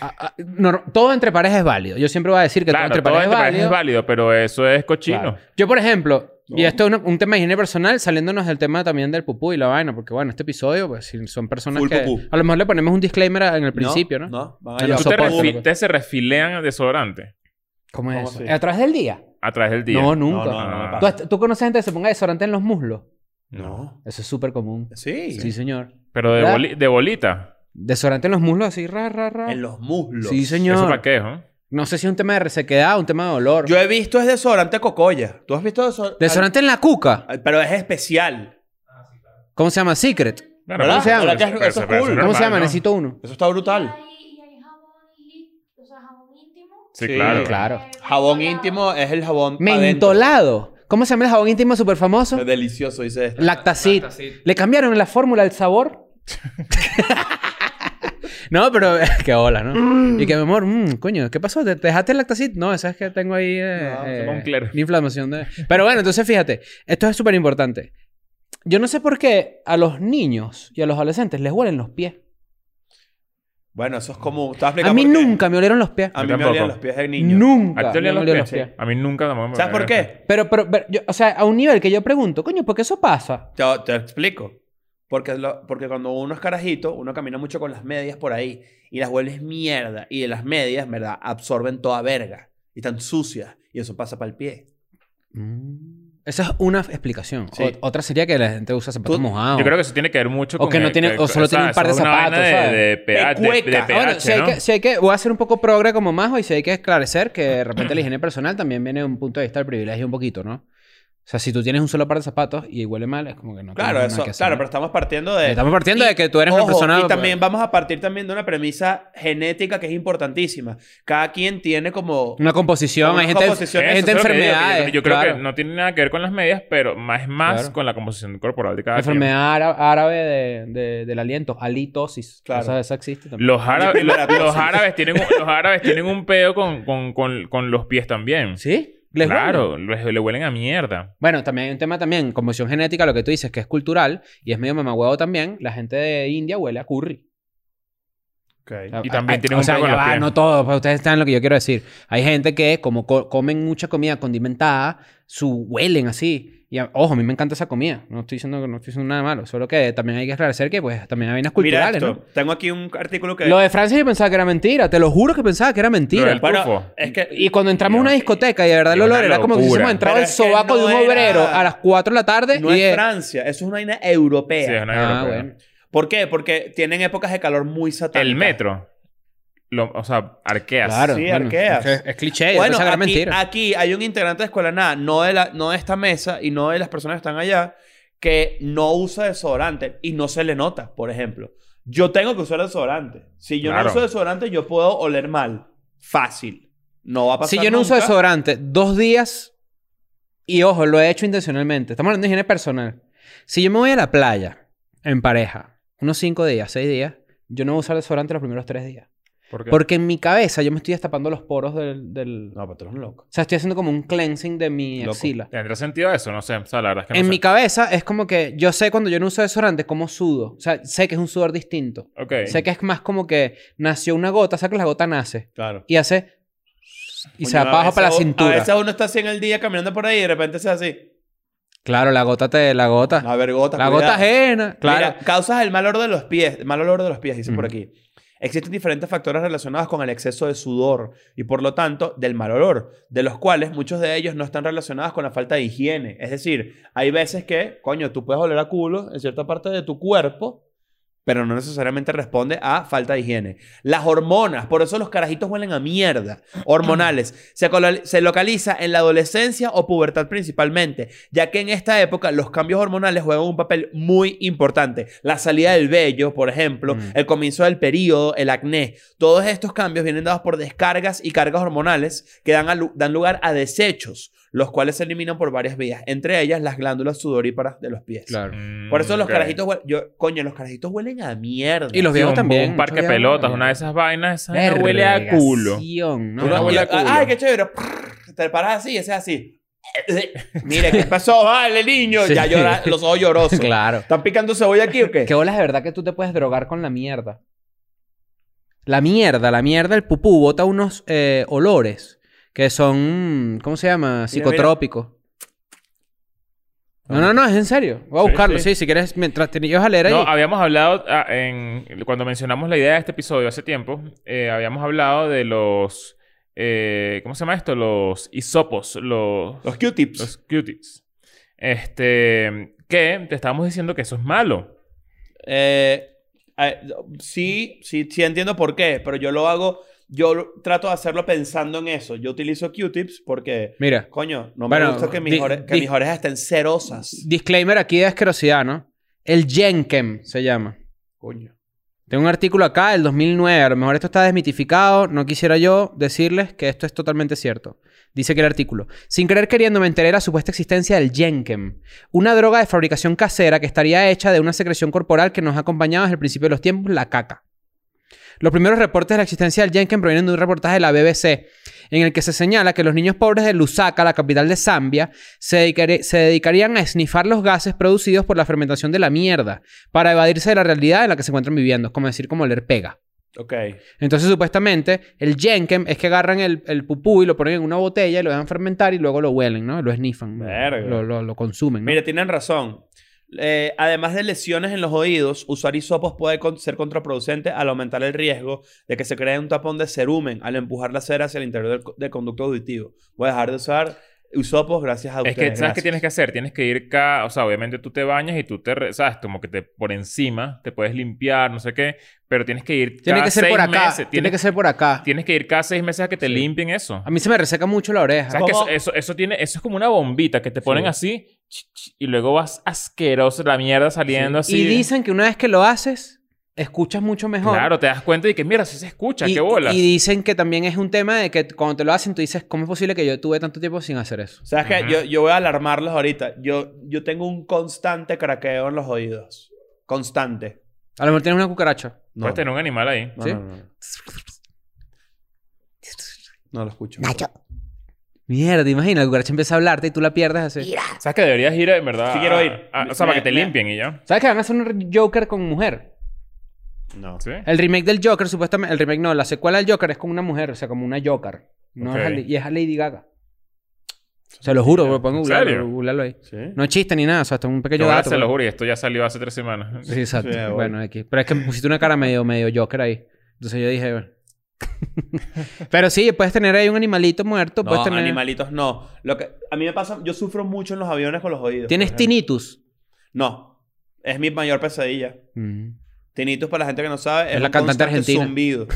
Speaker 4: a- a- no- todo entre parejas es válido. Yo siempre voy a decir que
Speaker 2: claro,
Speaker 4: todo entre
Speaker 2: todo
Speaker 4: parejas
Speaker 2: entre
Speaker 4: es
Speaker 2: parejas
Speaker 4: válido.
Speaker 2: es válido, pero eso es cochino.
Speaker 4: Claro. Yo, por ejemplo, y
Speaker 3: No.
Speaker 4: esto es una- un tema de higiene personal, saliéndonos del tema también del pupú y la vaina, porque bueno, este episodio, pues si son personas
Speaker 3: Full
Speaker 4: que.
Speaker 3: pupú.
Speaker 4: A lo mejor le ponemos un disclaimer en el principio, ¿no?
Speaker 3: No, van
Speaker 4: Ah,
Speaker 3: a llevar
Speaker 2: Tú te,
Speaker 4: Soporte,
Speaker 2: refi-
Speaker 4: pues.
Speaker 2: te se refilean el desodorante
Speaker 4: ¿Cómo es
Speaker 3: ¿Cómo
Speaker 4: eso?
Speaker 3: así?
Speaker 4: ¿A través del día?
Speaker 2: a través del día.
Speaker 4: No, nunca.
Speaker 3: No, no, no me
Speaker 2: Ah.
Speaker 4: ¿Tú,
Speaker 3: pasa.
Speaker 4: has- tú conoces gente que se ponga desodorante en los muslos?
Speaker 3: No.
Speaker 4: Eso es súper común.
Speaker 3: Sí.
Speaker 4: Sí, señor.
Speaker 2: Pero de,
Speaker 4: ¿Verdad?
Speaker 2: boli- de bolita.
Speaker 4: Desodorante en los muslos, así, ra, ra, ra.
Speaker 3: En los muslos.
Speaker 4: Sí,
Speaker 2: ¿Eso para
Speaker 4: señor.
Speaker 2: qué, ¿no?
Speaker 4: No sé si es un tema de resequedad o un tema de olor.
Speaker 3: Yo he visto es desodorante cocoya. ¿Tú has visto desodorante?
Speaker 4: Desodorante en la cuca.
Speaker 3: Ay, Pero es especial.
Speaker 4: ¿Cómo se llama? Secret.
Speaker 2: Claro,
Speaker 3: ¿Verdad?
Speaker 2: pero eso-
Speaker 3: ¿Verdad que es-
Speaker 2: pero-
Speaker 3: eso es
Speaker 2: pero
Speaker 3: cool?
Speaker 2: normal,
Speaker 4: ¿Cómo se llama?
Speaker 2: ¿no?
Speaker 4: Necesito uno.
Speaker 3: Eso está
Speaker 1: Y
Speaker 3: brutal.
Speaker 1: hay, y hay jabón, y- o sea, jabón íntimo.
Speaker 2: Sí,
Speaker 3: Sí,
Speaker 2: claro.
Speaker 4: claro.
Speaker 1: Eh,
Speaker 3: Jabón
Speaker 1: mentolado.
Speaker 3: íntimo es el jabón pa' dentro.
Speaker 4: Mentolado. ¿Cómo se llama el jabón íntimo súper famoso?
Speaker 3: Es delicioso, dice este. esto.
Speaker 4: Lactacid.
Speaker 5: Lactacid.
Speaker 4: ¿Le cambiaron la fórmula al sabor? no, pero qué hola, ¿no? Y que, mi amor, mm, coño, ¿qué pasó? ¿Te, te dejaste el lactacid? No, esa es que tengo ahí eh,
Speaker 3: No,
Speaker 4: eh,
Speaker 2: Moncler.
Speaker 4: inflamación. De... Pero bueno, entonces fíjate, esto es súper importante. Yo no sé por qué a los niños y a los adolescentes les huelen los pies.
Speaker 3: Bueno, eso es común. ¿Te vas
Speaker 4: A
Speaker 3: explicar
Speaker 4: mí
Speaker 3: por qué?
Speaker 4: nunca me olieron los pies.
Speaker 3: A mí
Speaker 2: Yo
Speaker 3: me
Speaker 2: tampoco.
Speaker 3: olían los pies de niño.
Speaker 2: ¿A ti
Speaker 4: Nunca
Speaker 2: te
Speaker 4: me
Speaker 2: olían los
Speaker 4: olieron
Speaker 2: pies?
Speaker 4: los pies.
Speaker 2: A mí nunca tampoco me
Speaker 3: ¿Sabes por qué?
Speaker 4: Pero, pero, pero yo- o sea, a un nivel que yo pregunto, coño, ¿por qué eso pasa?
Speaker 3: Te, te explico. Porque, lo- porque cuando uno es carajito, uno camina mucho con las medias por ahí y las vuelves mierda. Y de las medias, en ¿verdad? Absorben toda verga. Y están sucias. Y eso pasa para el pie.
Speaker 4: Esa es una explicación.
Speaker 3: Mm. Sí.
Speaker 4: O- otra sería que la gente usa zapatos
Speaker 3: Tú-
Speaker 4: mojados.
Speaker 2: Yo creo que eso tiene que ver mucho
Speaker 4: O
Speaker 2: con...
Speaker 4: que no
Speaker 2: el-
Speaker 4: tiene- o solo tiene un
Speaker 2: sea,
Speaker 4: par de
Speaker 2: eso es una
Speaker 4: zapatos,
Speaker 2: vaina
Speaker 4: ¿sabes?
Speaker 2: De, de, pH,
Speaker 3: De cueca.
Speaker 2: de- de
Speaker 3: Ah,
Speaker 4: Ahora,
Speaker 2: pH,
Speaker 4: si, hay
Speaker 2: ¿no?
Speaker 4: que, si hay que, voy a ser un poco progre como Majo y si hay que esclarecer que de repente la higiene personal también viene de un punto de vista del privilegio un poquito, ¿no? O sea, si tú tienes un solo par de zapatos y huele mal, es como que no
Speaker 3: Claro,
Speaker 4: tienes
Speaker 3: eso,
Speaker 4: nada que
Speaker 3: claro,
Speaker 4: hacer, ¿no?
Speaker 3: pero estamos partiendo de...
Speaker 4: Estamos partiendo de que tú eres
Speaker 3: Ojo,
Speaker 4: una persona...
Speaker 3: Y también vamos a partir también de una premisa genética que es importantísima. Cada quien tiene como...
Speaker 4: Una composición,
Speaker 3: Una
Speaker 4: hay gente,
Speaker 3: composición,
Speaker 4: hay
Speaker 2: Eso
Speaker 4: gente
Speaker 2: es lo que yo digo, que yo-
Speaker 4: enfermedades.
Speaker 2: Yo, creo
Speaker 4: claro.
Speaker 2: que no tiene nada que ver con las medias, pero más más
Speaker 4: Claro.
Speaker 2: con la composición corporal de cada quien.
Speaker 4: Enfermedad ára- árabe de, de- del aliento, halitosis.
Speaker 3: Claro.
Speaker 4: O sea, esa existe también.
Speaker 2: Los árabes, lo-
Speaker 3: Maravilloso.
Speaker 2: los, árabes tienen un, los árabes tienen un peo con, con, con, con los pies también.
Speaker 4: ¿Sí? ¿Les huele?
Speaker 2: claro, les- le huelen a mierda.
Speaker 4: Bueno, también hay un tema también, conmoción genética, lo que tú dices, que es cultural y es medio mamagüevo también. La gente de India huele a curry.
Speaker 3: Ok.
Speaker 2: Y también
Speaker 4: Ah,
Speaker 2: tienen
Speaker 4: o
Speaker 2: un
Speaker 4: sea,
Speaker 2: peo con
Speaker 4: ya
Speaker 2: los
Speaker 4: va,
Speaker 2: pies.
Speaker 4: no todos, pero ustedes están lo que yo quiero decir. Hay gente que, como co- comen mucha comida condimentada, su huelen así. Y a- ojo, a mí me encanta esa comida. No estoy diciendo, no estoy diciendo nada malo. Solo que también hay que esclarecer que, pues, también hay vainas
Speaker 3: Mira
Speaker 4: culturales,
Speaker 3: esto.
Speaker 4: ¿no?
Speaker 3: Tengo aquí un artículo que...
Speaker 4: Lo de Francia yo pensaba que era mentira. Te lo juro que pensaba que era
Speaker 2: Lo
Speaker 4: mentira.
Speaker 2: del
Speaker 3: Bueno,
Speaker 2: tufo.
Speaker 3: es que...
Speaker 4: Y cuando entramos a una discoteca y de verdad el
Speaker 2: Era
Speaker 4: olor
Speaker 2: una
Speaker 4: era como que si
Speaker 2: locura.
Speaker 4: hubiésemos entrado
Speaker 3: Pero
Speaker 4: al
Speaker 3: es que
Speaker 4: sobaco de un
Speaker 3: no era-
Speaker 4: obrero a las 4 de la tarde
Speaker 3: No
Speaker 4: y
Speaker 3: es
Speaker 4: es-
Speaker 3: Francia, eso es una vaina
Speaker 2: Sí,
Speaker 3: europea.
Speaker 2: es una
Speaker 4: Ah,
Speaker 2: europea.
Speaker 4: bueno.
Speaker 3: ¿Por qué? Porque tienen épocas de calor muy satánicas.
Speaker 2: El metro. Lo- o sea, arqueas.
Speaker 4: Claro.
Speaker 3: Sí,
Speaker 4: bueno,
Speaker 3: arqueas.
Speaker 4: es, es cliché, yo
Speaker 3: Bueno,
Speaker 4: pensaba que era
Speaker 3: aquí,
Speaker 4: mentira.
Speaker 3: aquí hay un integrante de Escuela de Nada, no de, la, no de esta mesa y no de las personas que están allá, que no usa desodorante y no se le nota, por ejemplo. Yo tengo que usar desodorante. Si yo
Speaker 2: Claro.
Speaker 3: no uso desodorante, yo puedo oler mal. Fácil. No va a pasar
Speaker 4: Si yo no uso
Speaker 3: nunca.
Speaker 4: desodorante dos días, y ojo, lo he hecho intencionalmente. Estamos hablando de higiene personal. Si yo me voy a la playa en pareja, unos 5 días, 6 días, yo no voy a usar desodorante los primeros 3 días.
Speaker 2: ¿Por qué?
Speaker 4: Porque en mi cabeza yo me estoy destapando los poros del... del-
Speaker 3: No, pero tú eres un loco.
Speaker 4: O sea, estoy haciendo como un cleansing de mi
Speaker 3: Loco.
Speaker 4: axila.
Speaker 2: ¿Tendrá sentido eso? No sé. O sea, la verdad es que no
Speaker 4: en
Speaker 2: sé.
Speaker 4: mi cabeza es como que yo sé cuando yo no uso desodorante cómo sudo. O sea, sé que es un sudor distinto.
Speaker 2: Ok.
Speaker 4: Sé que es más como que nació una gota, o sea que la gota nace
Speaker 3: Claro.
Speaker 4: y hace y se
Speaker 3: Coño, a
Speaker 4: abajo
Speaker 3: veces
Speaker 4: para la
Speaker 3: u- A
Speaker 4: cintura.
Speaker 3: veces uno está así en el día caminando por ahí y de repente se hace
Speaker 4: Claro, la gota te la
Speaker 3: así.
Speaker 4: gota.
Speaker 3: A ver, gota.
Speaker 4: La
Speaker 3: cuidado.
Speaker 4: gota ajena, claro.
Speaker 3: Mira, causas el mal olor de los pies. El mal olor de los pies, dice por
Speaker 4: Ujú.
Speaker 3: aquí. Existen diferentes factores relacionados con el exceso de sudor y por lo tanto del mal olor, de los cuales muchos de ellos no están relacionados con la falta de higiene. Es decir, hay veces que, coño, tú puedes oler a culo en cierta parte de tu cuerpo, pero no necesariamente responde a falta de higiene. Las hormonas, por eso los carajitos huelen a mierda, hormonales, se, colo- se localiza en la adolescencia o pubertad principalmente, ya que en esta época los cambios hormonales juegan un papel muy importante. La salida del vello, por ejemplo,
Speaker 4: Mm.
Speaker 3: el comienzo del periodo, el acné, todos estos cambios vienen dados por descargas y cargas hormonales que dan, a lu- dan lugar a desechos, los cuales se eliminan por varias vías, entre ellas las glándulas sudoríparas de los pies.
Speaker 4: Claro.
Speaker 3: Por eso los
Speaker 2: Mm, Ok.
Speaker 3: carajitos huelen. Yo, coño, los carajitos huelen a mierda.
Speaker 4: Y los
Speaker 2: Sí,
Speaker 4: viejos
Speaker 2: un-
Speaker 4: también.
Speaker 2: Un parque de
Speaker 4: muchos viejos
Speaker 2: pelotas,
Speaker 4: huelen.
Speaker 2: una de esas vainas, esa vaina huele a culo.
Speaker 4: Vergación,
Speaker 3: Tú
Speaker 4: ¿no?
Speaker 3: no-
Speaker 2: Una huele a
Speaker 3: yo- ah,
Speaker 2: culo.
Speaker 3: Ay, qué chévere. Prrr, Te paras así, ese es así. Mira, ¿qué pasó? Vale, niño.
Speaker 4: Sí.
Speaker 3: Ya llora, los ojos llorosos.
Speaker 4: Claro.
Speaker 3: ¿Están picando cebolla aquí o qué?
Speaker 4: Que bolas de verdad que tú te puedes drogar con la mierda. La mierda, la mierda, el pupú bota unos eh, olores que son, ¿cómo se llama? Psicotrópicos. No, no, no, es en serio. Voy a
Speaker 2: Sí,
Speaker 4: buscarlo,
Speaker 2: sí.
Speaker 4: sí, si quieres, mientras te yo jalera
Speaker 2: No,
Speaker 4: ahí.
Speaker 2: habíamos hablado ah, en, cuando mencionamos la idea de este episodio hace tiempo, eh, habíamos hablado de los eh, ¿cómo se llama esto? Los hisopos, los
Speaker 3: Los Q-tips.
Speaker 2: los cuties. Este, que te estábamos diciendo que eso es malo.
Speaker 3: Eh, eh, sí, sí, sí entiendo por qué, pero yo lo hago. Yo lo- trato de hacerlo pensando en eso. Yo utilizo Q-tips porque,
Speaker 4: Mira,
Speaker 3: coño, no me
Speaker 4: Bueno,
Speaker 3: gusta que mis,
Speaker 4: di-
Speaker 3: ore- que
Speaker 4: di-
Speaker 3: mis orejas estén cerosas.
Speaker 4: disclaimer aquí de asquerosidad, ¿no? El Jenkem se llama.
Speaker 3: Coño.
Speaker 4: Tengo un artículo acá del 2009. A lo mejor esto está desmitificado. No quisiera yo decirles que esto es totalmente cierto. Dice que el artículo. Sin querer queriendo me enteré de la supuesta existencia del Jenkem. Una droga de fabricación casera que estaría hecha de una secreción corporal que nos ha acompañado desde el principio de los tiempos, la caca. Los primeros reportes de la existencia del Jenkem provienen de un reportaje de la BBC, en el que se señala que los niños pobres de Lusaka, la capital de Zambia, se, dedicaré- se dedicarían a esnifar los gases producidos por la fermentación de la mierda para evadirse de la realidad en la que se encuentran viviendo, como decir, como leer pega.
Speaker 3: Ok.
Speaker 4: Entonces, supuestamente, el jenkem es que agarran el, el pupú y lo ponen en una botella y lo dejan fermentar y luego lo huelen, ¿no? Lo esnifan. ¿no?
Speaker 3: Verga.
Speaker 4: Lo, lo- lo consumen. ¿no?
Speaker 3: Mira, tienen razón. Eh, además de lesiones en los oídos, usar hisopos puede con- ser contraproducente al aumentar el riesgo de que se cree un tapón de cerumen al empujar la cera hacia el interior del, co- del conducto auditivo. Voy a dejar de usar hisopos gracias a
Speaker 2: Es
Speaker 3: ustedes.
Speaker 2: que, ¿sabes qué
Speaker 3: gracias.
Speaker 2: tienes que hacer? Tienes que ir acá, o sea, obviamente tú te bañas y tú te, re- sabes, como que te por encima, te puedes limpiar, no sé qué, pero tienes que ir
Speaker 4: Tiene
Speaker 2: cada
Speaker 4: que ser
Speaker 2: seis
Speaker 4: por acá.
Speaker 2: meses.
Speaker 4: Tiene
Speaker 2: Tienes,
Speaker 4: que ser por acá.
Speaker 2: tienes que ir cada seis meses a que te
Speaker 4: Sí.
Speaker 2: limpien eso.
Speaker 4: A mí se me reseca mucho la oreja.
Speaker 2: ¿Sabes que
Speaker 3: ¿Cómo?
Speaker 2: eso, eso, eso tiene, eso es como una bombita que te ponen
Speaker 3: Sí.
Speaker 2: así ch, ch, y luego vas asqueroso, la mierda saliendo así.
Speaker 4: Y dicen que una vez que lo haces, escuchas mucho mejor.
Speaker 2: Claro, te das cuenta y que mira, si se escucha,
Speaker 4: Y,
Speaker 2: qué bolas.
Speaker 4: y dicen que también es un tema de que cuando te lo hacen, tú dices, ¿cómo es posible que yo tuve tanto tiempo sin hacer eso?
Speaker 3: ¿Sabes qué?
Speaker 2: Ujú.
Speaker 3: Yo, yo voy a alarmarlos ahorita. Yo, yo tengo un constante craqueo en los oídos. Constante.
Speaker 4: A lo mejor tienes una cucaracha.
Speaker 3: No,
Speaker 2: Puedes tener un animal ahí.
Speaker 3: no,
Speaker 4: ¿sí?
Speaker 3: no, no, no. No lo escucho.
Speaker 4: Mierda, imagina, la cucaracha empieza a hablarte y tú la pierdes así.
Speaker 2: ¿Sabes que deberías ir, en verdad?
Speaker 3: Sí quiero ir.
Speaker 2: a- a- o sea,
Speaker 3: Me-
Speaker 2: para que te
Speaker 3: me-
Speaker 2: limpien y ya.
Speaker 4: ¿Sabes que van a hacer un Joker con mujer?
Speaker 3: No.
Speaker 2: ¿Sí?
Speaker 4: El remake del Joker, supuestamente. El remake no, la secuela del Joker es con una mujer, o sea, como una Joker. No es
Speaker 2: Ok.
Speaker 4: a Lady- y es a Lady Gaga. Se lo juro, bro, pongo
Speaker 2: ¿En
Speaker 4: googlearlo,
Speaker 2: serio?
Speaker 4: googlearlo ahí.
Speaker 3: ¿Sí?
Speaker 4: No es chiste ni nada, o sea, esto es un pequeño
Speaker 2: Yo ahora
Speaker 4: dato.
Speaker 2: se lo
Speaker 4: pero-
Speaker 2: juro y esto ya salió hace tres semanas.
Speaker 4: Sí, exacto.
Speaker 3: Sí, voy.
Speaker 4: bueno, aquí. Pero es que me pusiste una cara medio, medio Joker ahí. Entonces yo dije, bueno. Pero sí, puedes tener ahí un animalito muerto,
Speaker 3: No,
Speaker 4: puedes tener.
Speaker 3: animalitos no. Lo que, a mí me pasa... Yo sufro mucho en los aviones con los oídos.
Speaker 4: Tienes
Speaker 3: por ejemplo.
Speaker 4: tinnitus.
Speaker 3: No. Es mi mayor pesadilla.
Speaker 4: Mm,
Speaker 3: Tinnitus, para la gente que no sabe, es,
Speaker 4: Es la
Speaker 3: un
Speaker 4: cantante
Speaker 3: constante
Speaker 4: argentina.
Speaker 3: zumbido.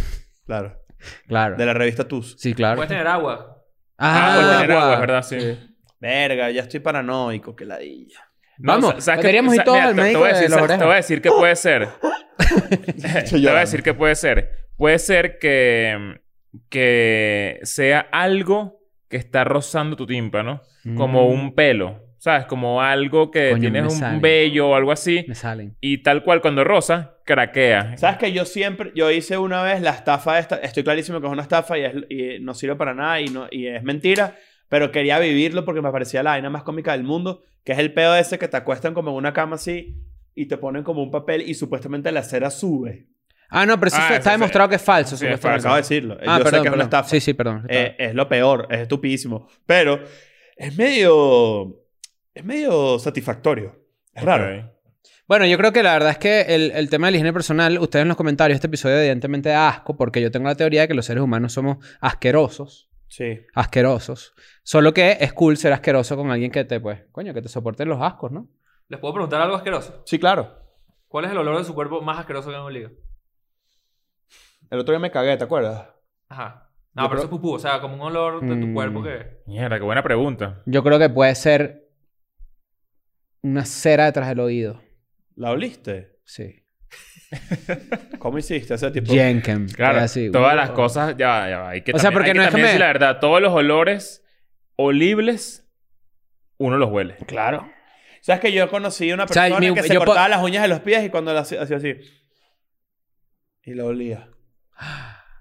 Speaker 3: Claro.
Speaker 4: claro.
Speaker 3: De la revista Tus.
Speaker 4: Sí, claro.
Speaker 5: Puedes tener agua.
Speaker 2: Ah, puedes tener agua, es verdad, sí.
Speaker 3: Verga, ya estoy paranoico, que ladilla.
Speaker 4: Vamos,
Speaker 2: sa- ¿sabes qué?
Speaker 4: deberíamos ir
Speaker 2: Sa-
Speaker 4: todos
Speaker 2: mira,
Speaker 4: al
Speaker 2: te- te
Speaker 4: médico
Speaker 2: voy a
Speaker 4: de
Speaker 2: decir-
Speaker 4: la
Speaker 2: sa-
Speaker 4: oreja.
Speaker 2: Te voy a decir que puede ser. te voy a
Speaker 3: llorando.
Speaker 2: decir que puede ser. Puede ser que, que sea algo que está rozando tu tímpano, como
Speaker 4: Mm,
Speaker 2: un pelo. ¿Sabes? Como algo que
Speaker 4: Coño, me
Speaker 2: tienes
Speaker 4: sale.
Speaker 2: un vello o algo así.
Speaker 4: Me salen.
Speaker 2: Y tal cual cuando rosa, craquea.
Speaker 3: ¿Sabes que yo siempre, yo hice una vez la estafa esta, estoy clarísimo que es una estafa y, es- y no sirve para nada y, no, y es mentira, pero quería vivirlo porque me parecía la vaina más cómica del mundo, que es el pedo ese que te acuestan como en una cama así y te ponen como un papel y supuestamente la cera sube.
Speaker 4: Ah, no, pero eso
Speaker 2: Ah,
Speaker 4: está
Speaker 2: eso sí.
Speaker 4: demasiado demostrado que es falso,
Speaker 2: Sí, es
Speaker 3: Pero
Speaker 4: supuestamente.
Speaker 3: acabo de decirlo.
Speaker 4: Ah, perdón,
Speaker 3: yo sé que es una
Speaker 4: perdón.
Speaker 3: estafa.
Speaker 4: Sí, sí, perdón.
Speaker 3: Eh, es lo peor, es estupidísimo. Pero es medio. Es medio satisfactorio. Es raro.
Speaker 2: Ok.
Speaker 4: Bueno, yo creo que la verdad es que el, el tema de la higiene personal, ustedes en los comentarios, este episodio evidentemente da asco, porque yo tengo la teoría de que los seres humanos somos asquerosos.
Speaker 3: Sí.
Speaker 4: Asquerosos. Solo que es cool ser asqueroso con alguien que te, pues, coño, que te soporte los ascos, ¿no?
Speaker 5: Les puedo preguntar algo asqueroso.
Speaker 3: Sí, claro.
Speaker 5: ¿Cuál es el olor de su cuerpo más asqueroso que han olido?
Speaker 3: El otro día me cagué, ¿te acuerdas?
Speaker 5: Ajá. No,
Speaker 3: Yo
Speaker 5: pero
Speaker 3: creo-
Speaker 5: eso es pupú. O sea, como un olor de tu
Speaker 4: Mm.
Speaker 5: cuerpo que...
Speaker 2: Mierda, qué buena pregunta.
Speaker 4: Yo creo que puede ser una cera detrás del oído.
Speaker 3: ¿La oliste?
Speaker 4: Sí.
Speaker 3: ¿Cómo hiciste ese tipo?
Speaker 4: Jenkem.
Speaker 2: Claro,
Speaker 4: es así,
Speaker 2: todas
Speaker 4: wow.
Speaker 2: las cosas, ya, va, ya, va, hay que
Speaker 4: O sea,
Speaker 2: también-
Speaker 4: porque
Speaker 2: hay que
Speaker 4: no es que
Speaker 2: también
Speaker 4: me-
Speaker 2: decir la verdad, todos los olores olibles, uno los huele.
Speaker 3: Claro. ¿Sabes que yo conocí a una
Speaker 4: sea,
Speaker 3: persona
Speaker 4: mi-
Speaker 3: que se
Speaker 4: yo po-
Speaker 3: cortaba las uñas de los pies y cuando las hacía hacía así? Y la olía.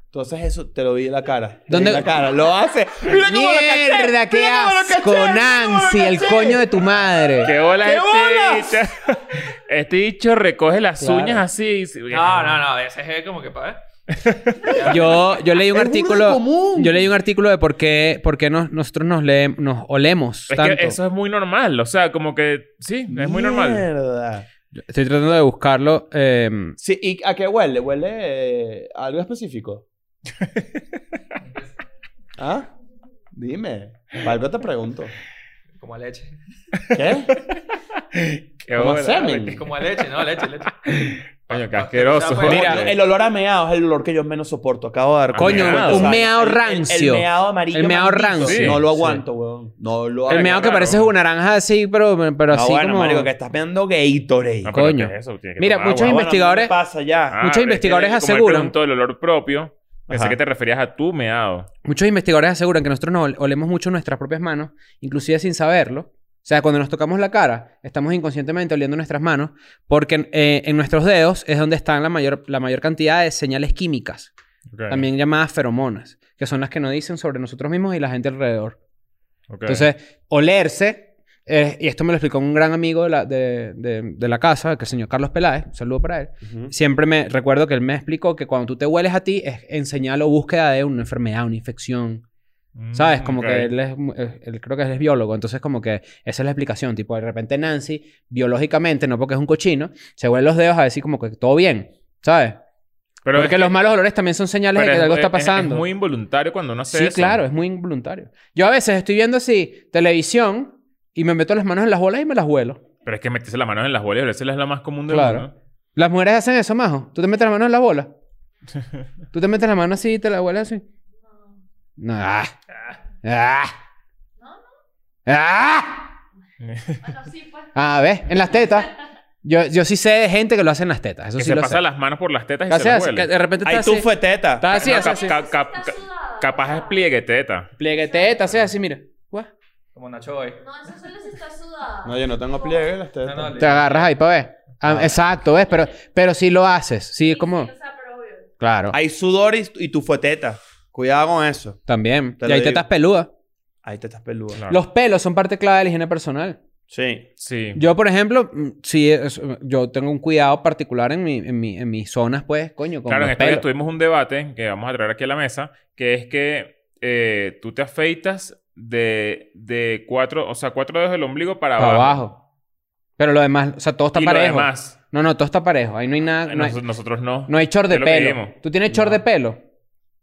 Speaker 3: Entonces eso te lo vi en la cara. ¿Dónde?
Speaker 4: ¿Dónde-
Speaker 3: En la cara. Lo hace. ¡Mira cómo lo caché!
Speaker 4: Mierda, qué
Speaker 3: ¡Mira cómo lo
Speaker 4: asco,
Speaker 3: caché! ¡Mira cómo lo
Speaker 4: Nancy, el
Speaker 3: caché!
Speaker 4: coño de tu madre.
Speaker 2: ¡Qué bolas
Speaker 3: ¡Qué
Speaker 2: este bicho! Este bicho recoge las
Speaker 4: Claro.
Speaker 2: uñas así. y se-
Speaker 5: No, no, no. Ese es como que... ¿eh?
Speaker 4: Yo, yo leí un
Speaker 3: Es burda
Speaker 4: artículo.
Speaker 3: común.
Speaker 4: Yo leí un artículo de por qué, por qué nos- nosotros nos, leem- nos olemos
Speaker 2: Es
Speaker 4: tanto.
Speaker 2: que eso es muy normal. O sea, como que sí, es muy normal.
Speaker 3: Mierda.
Speaker 4: Estoy tratando de buscarlo. eh,
Speaker 3: Sí, ¿y a qué huele? ¿Huele eh, a algo específico? ¿Ah? Dime. Para algo te pregunto.
Speaker 5: Como a leche.
Speaker 3: ¿Qué?
Speaker 2: Qué
Speaker 3: Como
Speaker 2: bolas,
Speaker 3: semen.
Speaker 2: vale.
Speaker 5: Como a leche, ¿no? Leche, leche.
Speaker 2: Coño, qué asqueroso.
Speaker 4: Pues
Speaker 5: Mira,
Speaker 3: Mira, el olor a meado es el olor que yo menos soporto. Acabo de dar
Speaker 4: Coño,
Speaker 3: cuenta.
Speaker 2: un
Speaker 3: O sea,
Speaker 4: meado
Speaker 3: el- el-
Speaker 4: rancio.
Speaker 3: El, meado amarillo.
Speaker 4: El meado
Speaker 3: maldito.
Speaker 4: rancio.
Speaker 2: Sí,
Speaker 3: no lo
Speaker 4: sí.
Speaker 3: aguanto, weón. No lo
Speaker 4: el
Speaker 2: Ay,
Speaker 4: meado
Speaker 2: qué
Speaker 4: que
Speaker 2: raro.
Speaker 4: parece una naranja así, pero, pero
Speaker 3: No,
Speaker 4: así
Speaker 3: bueno,
Speaker 4: como...
Speaker 3: marico, que estás meando Gatorade.
Speaker 2: No, pero
Speaker 4: Coño.
Speaker 2: ¿qué es eso? Tiene que
Speaker 4: Mira,
Speaker 2: tomar
Speaker 4: muchos
Speaker 2: agua.
Speaker 3: Bueno,
Speaker 4: investigadores-
Speaker 3: ¿qué pasa ya?
Speaker 2: Ah,
Speaker 4: muchos
Speaker 2: es que
Speaker 4: investigadores
Speaker 2: como él
Speaker 4: aseguran-
Speaker 2: preguntó el olor propio. Pensé
Speaker 3: Ajá.
Speaker 2: que te referías a tu meado.
Speaker 4: Muchos investigadores aseguran que nosotros nos ol- olemos mucho nuestras propias manos, inclusive sin saberlo. O sea, cuando nos tocamos la cara, estamos inconscientemente oliendo nuestras manos porque eh, en nuestros dedos es donde están la mayor, la mayor cantidad de señales químicas,
Speaker 2: Ok,
Speaker 4: también llamadas feromonas, que son las que nos dicen sobre nosotros mismos y la gente alrededor.
Speaker 2: ok.
Speaker 4: Entonces, olerse, eh, y esto me lo explicó un gran amigo de la, de, de- de la casa, que es el señor Carlos Peláez, un saludo para él.
Speaker 3: Ujú.
Speaker 4: Siempre me recuerdo que él me explicó que cuando tú te hueles a ti es en señal o búsqueda de una enfermedad, una infección.
Speaker 2: Mm,
Speaker 4: ¿Sabes? Como
Speaker 2: ok.
Speaker 4: que él es, mu- eh, él creo que él es biólogo, entonces como que esa es la explicación, tipo de repente Nancy, biológicamente, no porque es un cochino, se huele los dedos a decir como que todo bien, ¿sabes?
Speaker 2: Pero
Speaker 4: porque
Speaker 2: es
Speaker 4: los malos olores también son señales de
Speaker 2: pero
Speaker 4: que
Speaker 2: es-
Speaker 4: algo
Speaker 2: es-
Speaker 4: está
Speaker 2: es-
Speaker 4: pasando.
Speaker 2: Es muy involuntario cuando no hace
Speaker 4: sí,
Speaker 2: eso.
Speaker 4: claro, es muy involuntario. Yo a veces estoy viendo así televisión y me meto las manos en las bolas y me las huelo.
Speaker 2: Pero es que meterse las manos en las bolas, esa es la más común de
Speaker 4: Claro.
Speaker 2: uno, ¿no?
Speaker 4: Las mujeres hacen eso, majo. Tú te metes la mano en la bola. Tú te metes la mano así y te la hueles así. No.
Speaker 1: No.
Speaker 4: Ah. Ah.
Speaker 1: No, no.
Speaker 4: Ah.
Speaker 1: Bueno, sí, pues.
Speaker 4: Ah, ¿ves? En las tetas. Yo, yo sí sé de gente que lo hace en las tetas. Eso
Speaker 2: Que
Speaker 4: sí
Speaker 2: se
Speaker 4: lo
Speaker 2: pasa
Speaker 4: sé.
Speaker 2: las manos por las tetas y
Speaker 4: Que hace
Speaker 2: se las
Speaker 4: así, que
Speaker 2: huele.
Speaker 4: de repente
Speaker 3: Ahí
Speaker 4: estás
Speaker 3: tú
Speaker 4: así.
Speaker 3: fue teta.
Speaker 4: Estás así,
Speaker 2: No,
Speaker 4: hace
Speaker 2: cap-
Speaker 4: así.
Speaker 2: cap- cap-
Speaker 1: Está sudada.
Speaker 2: capaz es pliegue teta.
Speaker 4: Pliegue teta, hace así, mira. Guau.
Speaker 5: Como Nacho hoy.
Speaker 1: No, eso solo si está sudada.
Speaker 3: No, yo no tengo pliegue en las tetas.
Speaker 5: No, no,
Speaker 4: Te agarras ahí para ver. Ah, exacto, ¿ves? Pero, pero sí lo haces. Sí, es como...
Speaker 1: Sí, o sea, pero obvio.
Speaker 4: Claro.
Speaker 3: Hay sudor y, y tú fue teta. Cuidado con eso.
Speaker 4: También.
Speaker 3: Te
Speaker 4: y
Speaker 3: lo
Speaker 4: hay
Speaker 3: digo.
Speaker 4: tetas peludas.
Speaker 3: Ahí te estás peludo.
Speaker 2: Claro.
Speaker 4: Los pelos son parte clave de la higiene personal.
Speaker 3: Sí.
Speaker 2: Sí.
Speaker 4: Yo, por ejemplo, mm, sí, es- yo tengo un cuidado particular en, mi, en, mi, en mis zonas, pues, coño, con
Speaker 2: Claro, en este
Speaker 4: los
Speaker 2: estos días
Speaker 4: pelos.
Speaker 2: tuvimos un debate que vamos a traer aquí a la mesa, que es que eh, tú te afeitas de, de cuatro, o sea, cuatro dedos del ombligo para
Speaker 4: Para
Speaker 2: abajo.
Speaker 4: abajo. Pero lo demás, o sea, todo está
Speaker 2: y
Speaker 4: parejo.
Speaker 2: lo demás.
Speaker 4: No, no, todo está parejo. Ahí no hay nada.
Speaker 2: Eh,
Speaker 4: No hay,
Speaker 2: nos- nosotros no.
Speaker 4: no hay short de
Speaker 2: es lo que
Speaker 4: pelo.
Speaker 2: vimos.
Speaker 4: ¿Tú tienes short
Speaker 3: No.
Speaker 4: de pelo?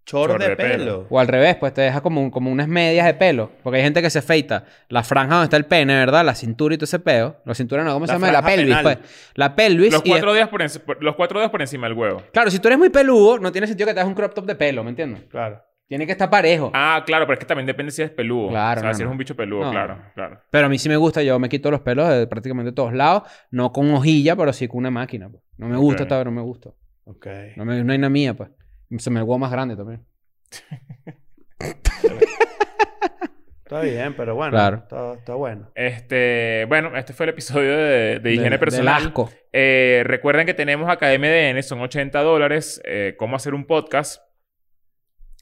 Speaker 3: Chor,
Speaker 2: Chor
Speaker 3: de,
Speaker 2: de
Speaker 3: pelo.
Speaker 4: O al revés, pues te deja como, un- como unas medias de pelo. Porque hay gente que se afeita la franja donde está el pene, ¿verdad? La cintura y todo ese peo. La cintura no, ¿cómo se
Speaker 3: La
Speaker 4: llama? La
Speaker 3: franja
Speaker 4: pelvis,
Speaker 3: penal.
Speaker 4: pues. La pelvis.
Speaker 2: Los
Speaker 4: y
Speaker 2: cuatro,
Speaker 4: es-
Speaker 2: dedos por enci- por- los cuatro dedos por encima del huevo.
Speaker 4: Claro, si tú eres muy peludo, no tiene sentido que te hagas un crop top de pelo, ¿me entiendes?
Speaker 3: Claro.
Speaker 4: Tiene que estar parejo.
Speaker 2: Ah, claro, pero es que también depende si eres peludo.
Speaker 4: Claro,
Speaker 2: O sea,
Speaker 4: no,
Speaker 2: si eres
Speaker 4: no.
Speaker 2: un bicho peludo,
Speaker 4: No.
Speaker 2: claro, claro.
Speaker 4: Pero a mí sí me gusta, yo me quito los pelos de prácticamente todos lados, no con hojilla, pero sí con una máquina. Pues. No me gusta,
Speaker 2: Ok.
Speaker 4: tal, no me gusta.
Speaker 3: Ok.
Speaker 4: No, me, no hay una mía, pues. Se me huevo más grande también.
Speaker 3: Está bien, pero bueno.
Speaker 4: Claro.
Speaker 3: Está, está bueno.
Speaker 2: Este, bueno, este fue el episodio de, de higiene
Speaker 4: Del-
Speaker 2: personal.
Speaker 4: Del asco.
Speaker 2: Eh, recuerden que tenemos Academia DN, son 80 dólares. eh, cómo hacer un podcast.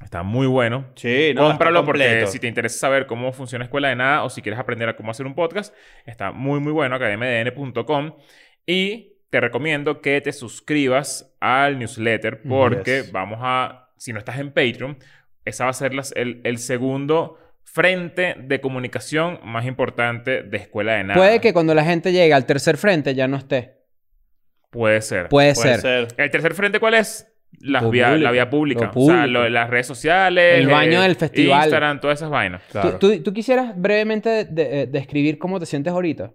Speaker 2: Está muy bueno.
Speaker 3: Sí, no.
Speaker 2: Cómpralo
Speaker 3: está
Speaker 2: porque
Speaker 3: completo.
Speaker 2: si te interesa saber cómo funciona Escuela de Nada o si quieres aprender a cómo hacer un podcast, está muy, muy bueno, academiadn.com. Y te recomiendo que te suscribas al newsletter
Speaker 4: Ujú.
Speaker 2: porque
Speaker 3: Yes.
Speaker 2: vamos a, si no estás en Patreon, esa va a ser las- el, el segundo frente de comunicación más importante de Escuela de Nada.
Speaker 4: Puede que cuando la gente llegue al tercer frente ya no esté.
Speaker 2: Puede ser.
Speaker 4: Puede
Speaker 3: Puede
Speaker 4: ser.
Speaker 3: ser.
Speaker 2: ¿El tercer frente cuál es? Las
Speaker 4: Lo
Speaker 2: vía- la
Speaker 4: público.
Speaker 2: vía pública.
Speaker 4: Lo
Speaker 2: O sea,
Speaker 4: público.
Speaker 2: lo- las redes sociales.
Speaker 4: El baño
Speaker 2: eh,
Speaker 4: del festival.
Speaker 2: Instagram, todas esas vainas.
Speaker 4: ¿Tú-
Speaker 3: Claro.
Speaker 4: ¿Tú, tú quisieras brevemente de- de- eh, describir cómo te sientes ahorita?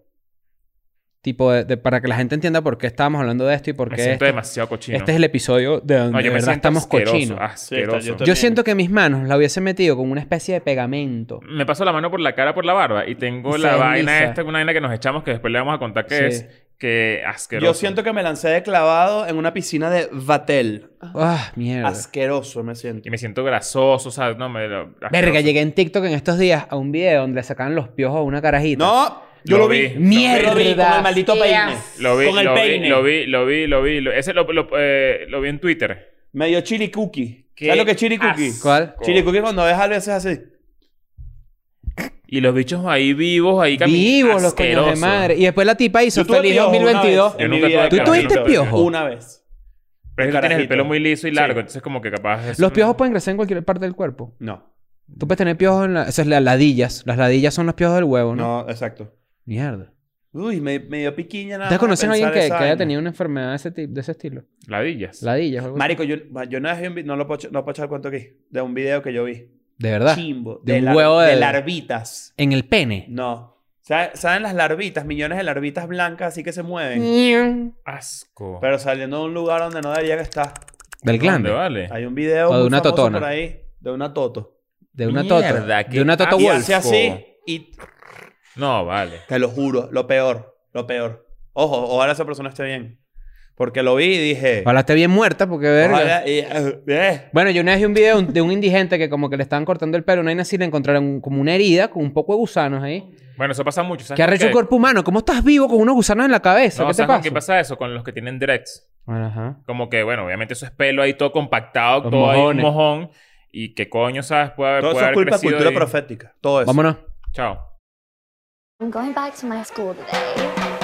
Speaker 4: Tipo, de- de- para que la gente entienda por qué estábamos hablando de esto y por
Speaker 2: Me
Speaker 4: qué
Speaker 2: siento
Speaker 4: este,
Speaker 2: demasiado cochino.
Speaker 4: este es el episodio de donde
Speaker 2: No,
Speaker 4: de
Speaker 2: yo me
Speaker 4: verdad
Speaker 2: siento
Speaker 4: estamos
Speaker 2: asqueroso, ah,
Speaker 4: cochinos.
Speaker 2: asqueroso.
Speaker 3: Sí, está-
Speaker 4: Yo siento que mis manos la hubiesen metido con una especie de pegamento.
Speaker 2: Me paso la mano por la cara, por la barba. Y tengo la
Speaker 4: Ceniza.
Speaker 2: vaina esta, una vaina que nos echamos que después le vamos a contar qué
Speaker 4: Sí.
Speaker 2: es. Que asqueroso.
Speaker 3: Yo siento que me lancé de clavado en una piscina de Vatel.
Speaker 4: ¡Ah, mierda!
Speaker 3: Asqueroso me siento.
Speaker 2: Y me siento grasoso, o sea, no me... lo- asqueroso.
Speaker 4: Verga, llegué en TikTok en estos días a un video donde le sacaban los piojos a una carajita.
Speaker 3: No, yo
Speaker 2: Lo
Speaker 3: lo vi.
Speaker 2: vi.
Speaker 4: ¡Mierda!
Speaker 3: Lo vi con el maldito
Speaker 1: Qué
Speaker 3: peine.
Speaker 1: asco.
Speaker 2: Lo vi,
Speaker 3: Con el
Speaker 2: lo, vi,
Speaker 3: peine.
Speaker 2: lo vi, lo vi, lo vi, lo- Ese lo, lo, eh, lo vi en Twitter.
Speaker 3: Medio chili cookie.
Speaker 2: Qué
Speaker 3: ¿Sabes lo que es chili cookie?
Speaker 2: asco.
Speaker 4: ¿Cuál?
Speaker 3: Chili cookie cuando ves a veces así.
Speaker 2: Y los bichos ahí vivos, ahí caminando.
Speaker 4: Vivos los coños de madre. Y después la tipa hizo
Speaker 3: Yo tuve
Speaker 4: Feliz
Speaker 3: piojo una
Speaker 4: 2022.
Speaker 3: vez en
Speaker 2: Yo
Speaker 3: mi
Speaker 2: nunca
Speaker 4: piojo.
Speaker 2: tuve
Speaker 3: vida, claro,
Speaker 4: ¿Tú
Speaker 3: yo nunca
Speaker 4: tuviste
Speaker 3: tuve
Speaker 4: piojo?
Speaker 3: Una vez.
Speaker 2: Pero es que tú tienes el
Speaker 3: Carajito.
Speaker 2: pelo muy liso y largo,
Speaker 3: Sí.
Speaker 2: entonces como que capaz... es-
Speaker 4: Los piojos pueden crecer en cualquier parte del cuerpo.
Speaker 3: No.
Speaker 4: Tú puedes tener piojos en la... Esas las ladillas. Las ladillas son los piojos del huevo, ¿no?
Speaker 3: No, exacto.
Speaker 4: Mierda.
Speaker 3: Uy, me, me dio piquiña nada
Speaker 4: ¿Ustedes
Speaker 3: más de
Speaker 4: conocen a alguien
Speaker 3: pensar
Speaker 4: que,
Speaker 3: esa
Speaker 4: que haya
Speaker 3: vaina.
Speaker 4: tenido una enfermedad de ese, tipo, de ese estilo?
Speaker 2: Ladillas.
Speaker 4: Ladillas o algo así.
Speaker 3: Marico, yo, yo una vez vi un vi- no lo puedo, echar- no puedo echar el cuento aquí, de un video que yo vi.
Speaker 4: De verdad.
Speaker 3: Chimbo.
Speaker 4: De un
Speaker 3: lar-
Speaker 4: huevo de-
Speaker 3: de larvitas.
Speaker 4: En el pene.
Speaker 3: No. ¿Sabe- ¿Saben las larvitas? Millones de larvitas blancas así que se
Speaker 4: Mm.
Speaker 3: mueven.
Speaker 2: Asco.
Speaker 3: Pero saliendo de un lugar donde no debería que estar.
Speaker 4: Del
Speaker 2: ¿Dónde
Speaker 4: glande.
Speaker 2: vale?
Speaker 3: Hay un video
Speaker 4: Eh. O de
Speaker 3: muy
Speaker 4: una
Speaker 3: famoso
Speaker 4: totona.
Speaker 3: por ahí de una toto.
Speaker 4: De una
Speaker 2: Mierda,
Speaker 4: tota.
Speaker 2: qué
Speaker 4: De una tota
Speaker 2: asco.
Speaker 3: Y
Speaker 4: wolf.
Speaker 3: hace así y
Speaker 2: No, vale.
Speaker 3: te lo juro, lo peor, lo peor. Ojo, ojalá esa persona esté bien. Porque lo vi y dije...
Speaker 4: Ojalá esté bien muerta porque verga.
Speaker 3: Ojalá, y- eh,
Speaker 4: Bueno, yo una vez vi un video de un- de un indigente que como que le estaban cortando el pelo, una vaina así le encontraron un- como una herida con un poco de gusanos ahí.
Speaker 2: Bueno, eso pasa mucho. ¿sabes
Speaker 4: ¿Qué
Speaker 2: con
Speaker 4: arrecho el cuerpo humano? ¿Cómo estás vivo con unos gusanos en la cabeza?
Speaker 2: No,
Speaker 4: ¿Qué te
Speaker 2: ¿sabes
Speaker 4: pasa?
Speaker 2: con qué pasa eso? Con los que tienen dreads.
Speaker 4: Bueno, ajá.
Speaker 2: Como que, bueno, obviamente eso es pelo ahí todo compactado,
Speaker 4: Los
Speaker 2: todo ahí un
Speaker 4: mojones.
Speaker 2: mojón. Y qué coño, ¿sabes? Puede haber,
Speaker 3: Todo
Speaker 2: puede
Speaker 3: eso es
Speaker 2: haber
Speaker 3: culpa de
Speaker 2: crecido
Speaker 3: cultura
Speaker 2: ahí.
Speaker 3: profética. Todo eso.
Speaker 4: Vámonos.
Speaker 2: Chao.
Speaker 6: I'm going back to my school today.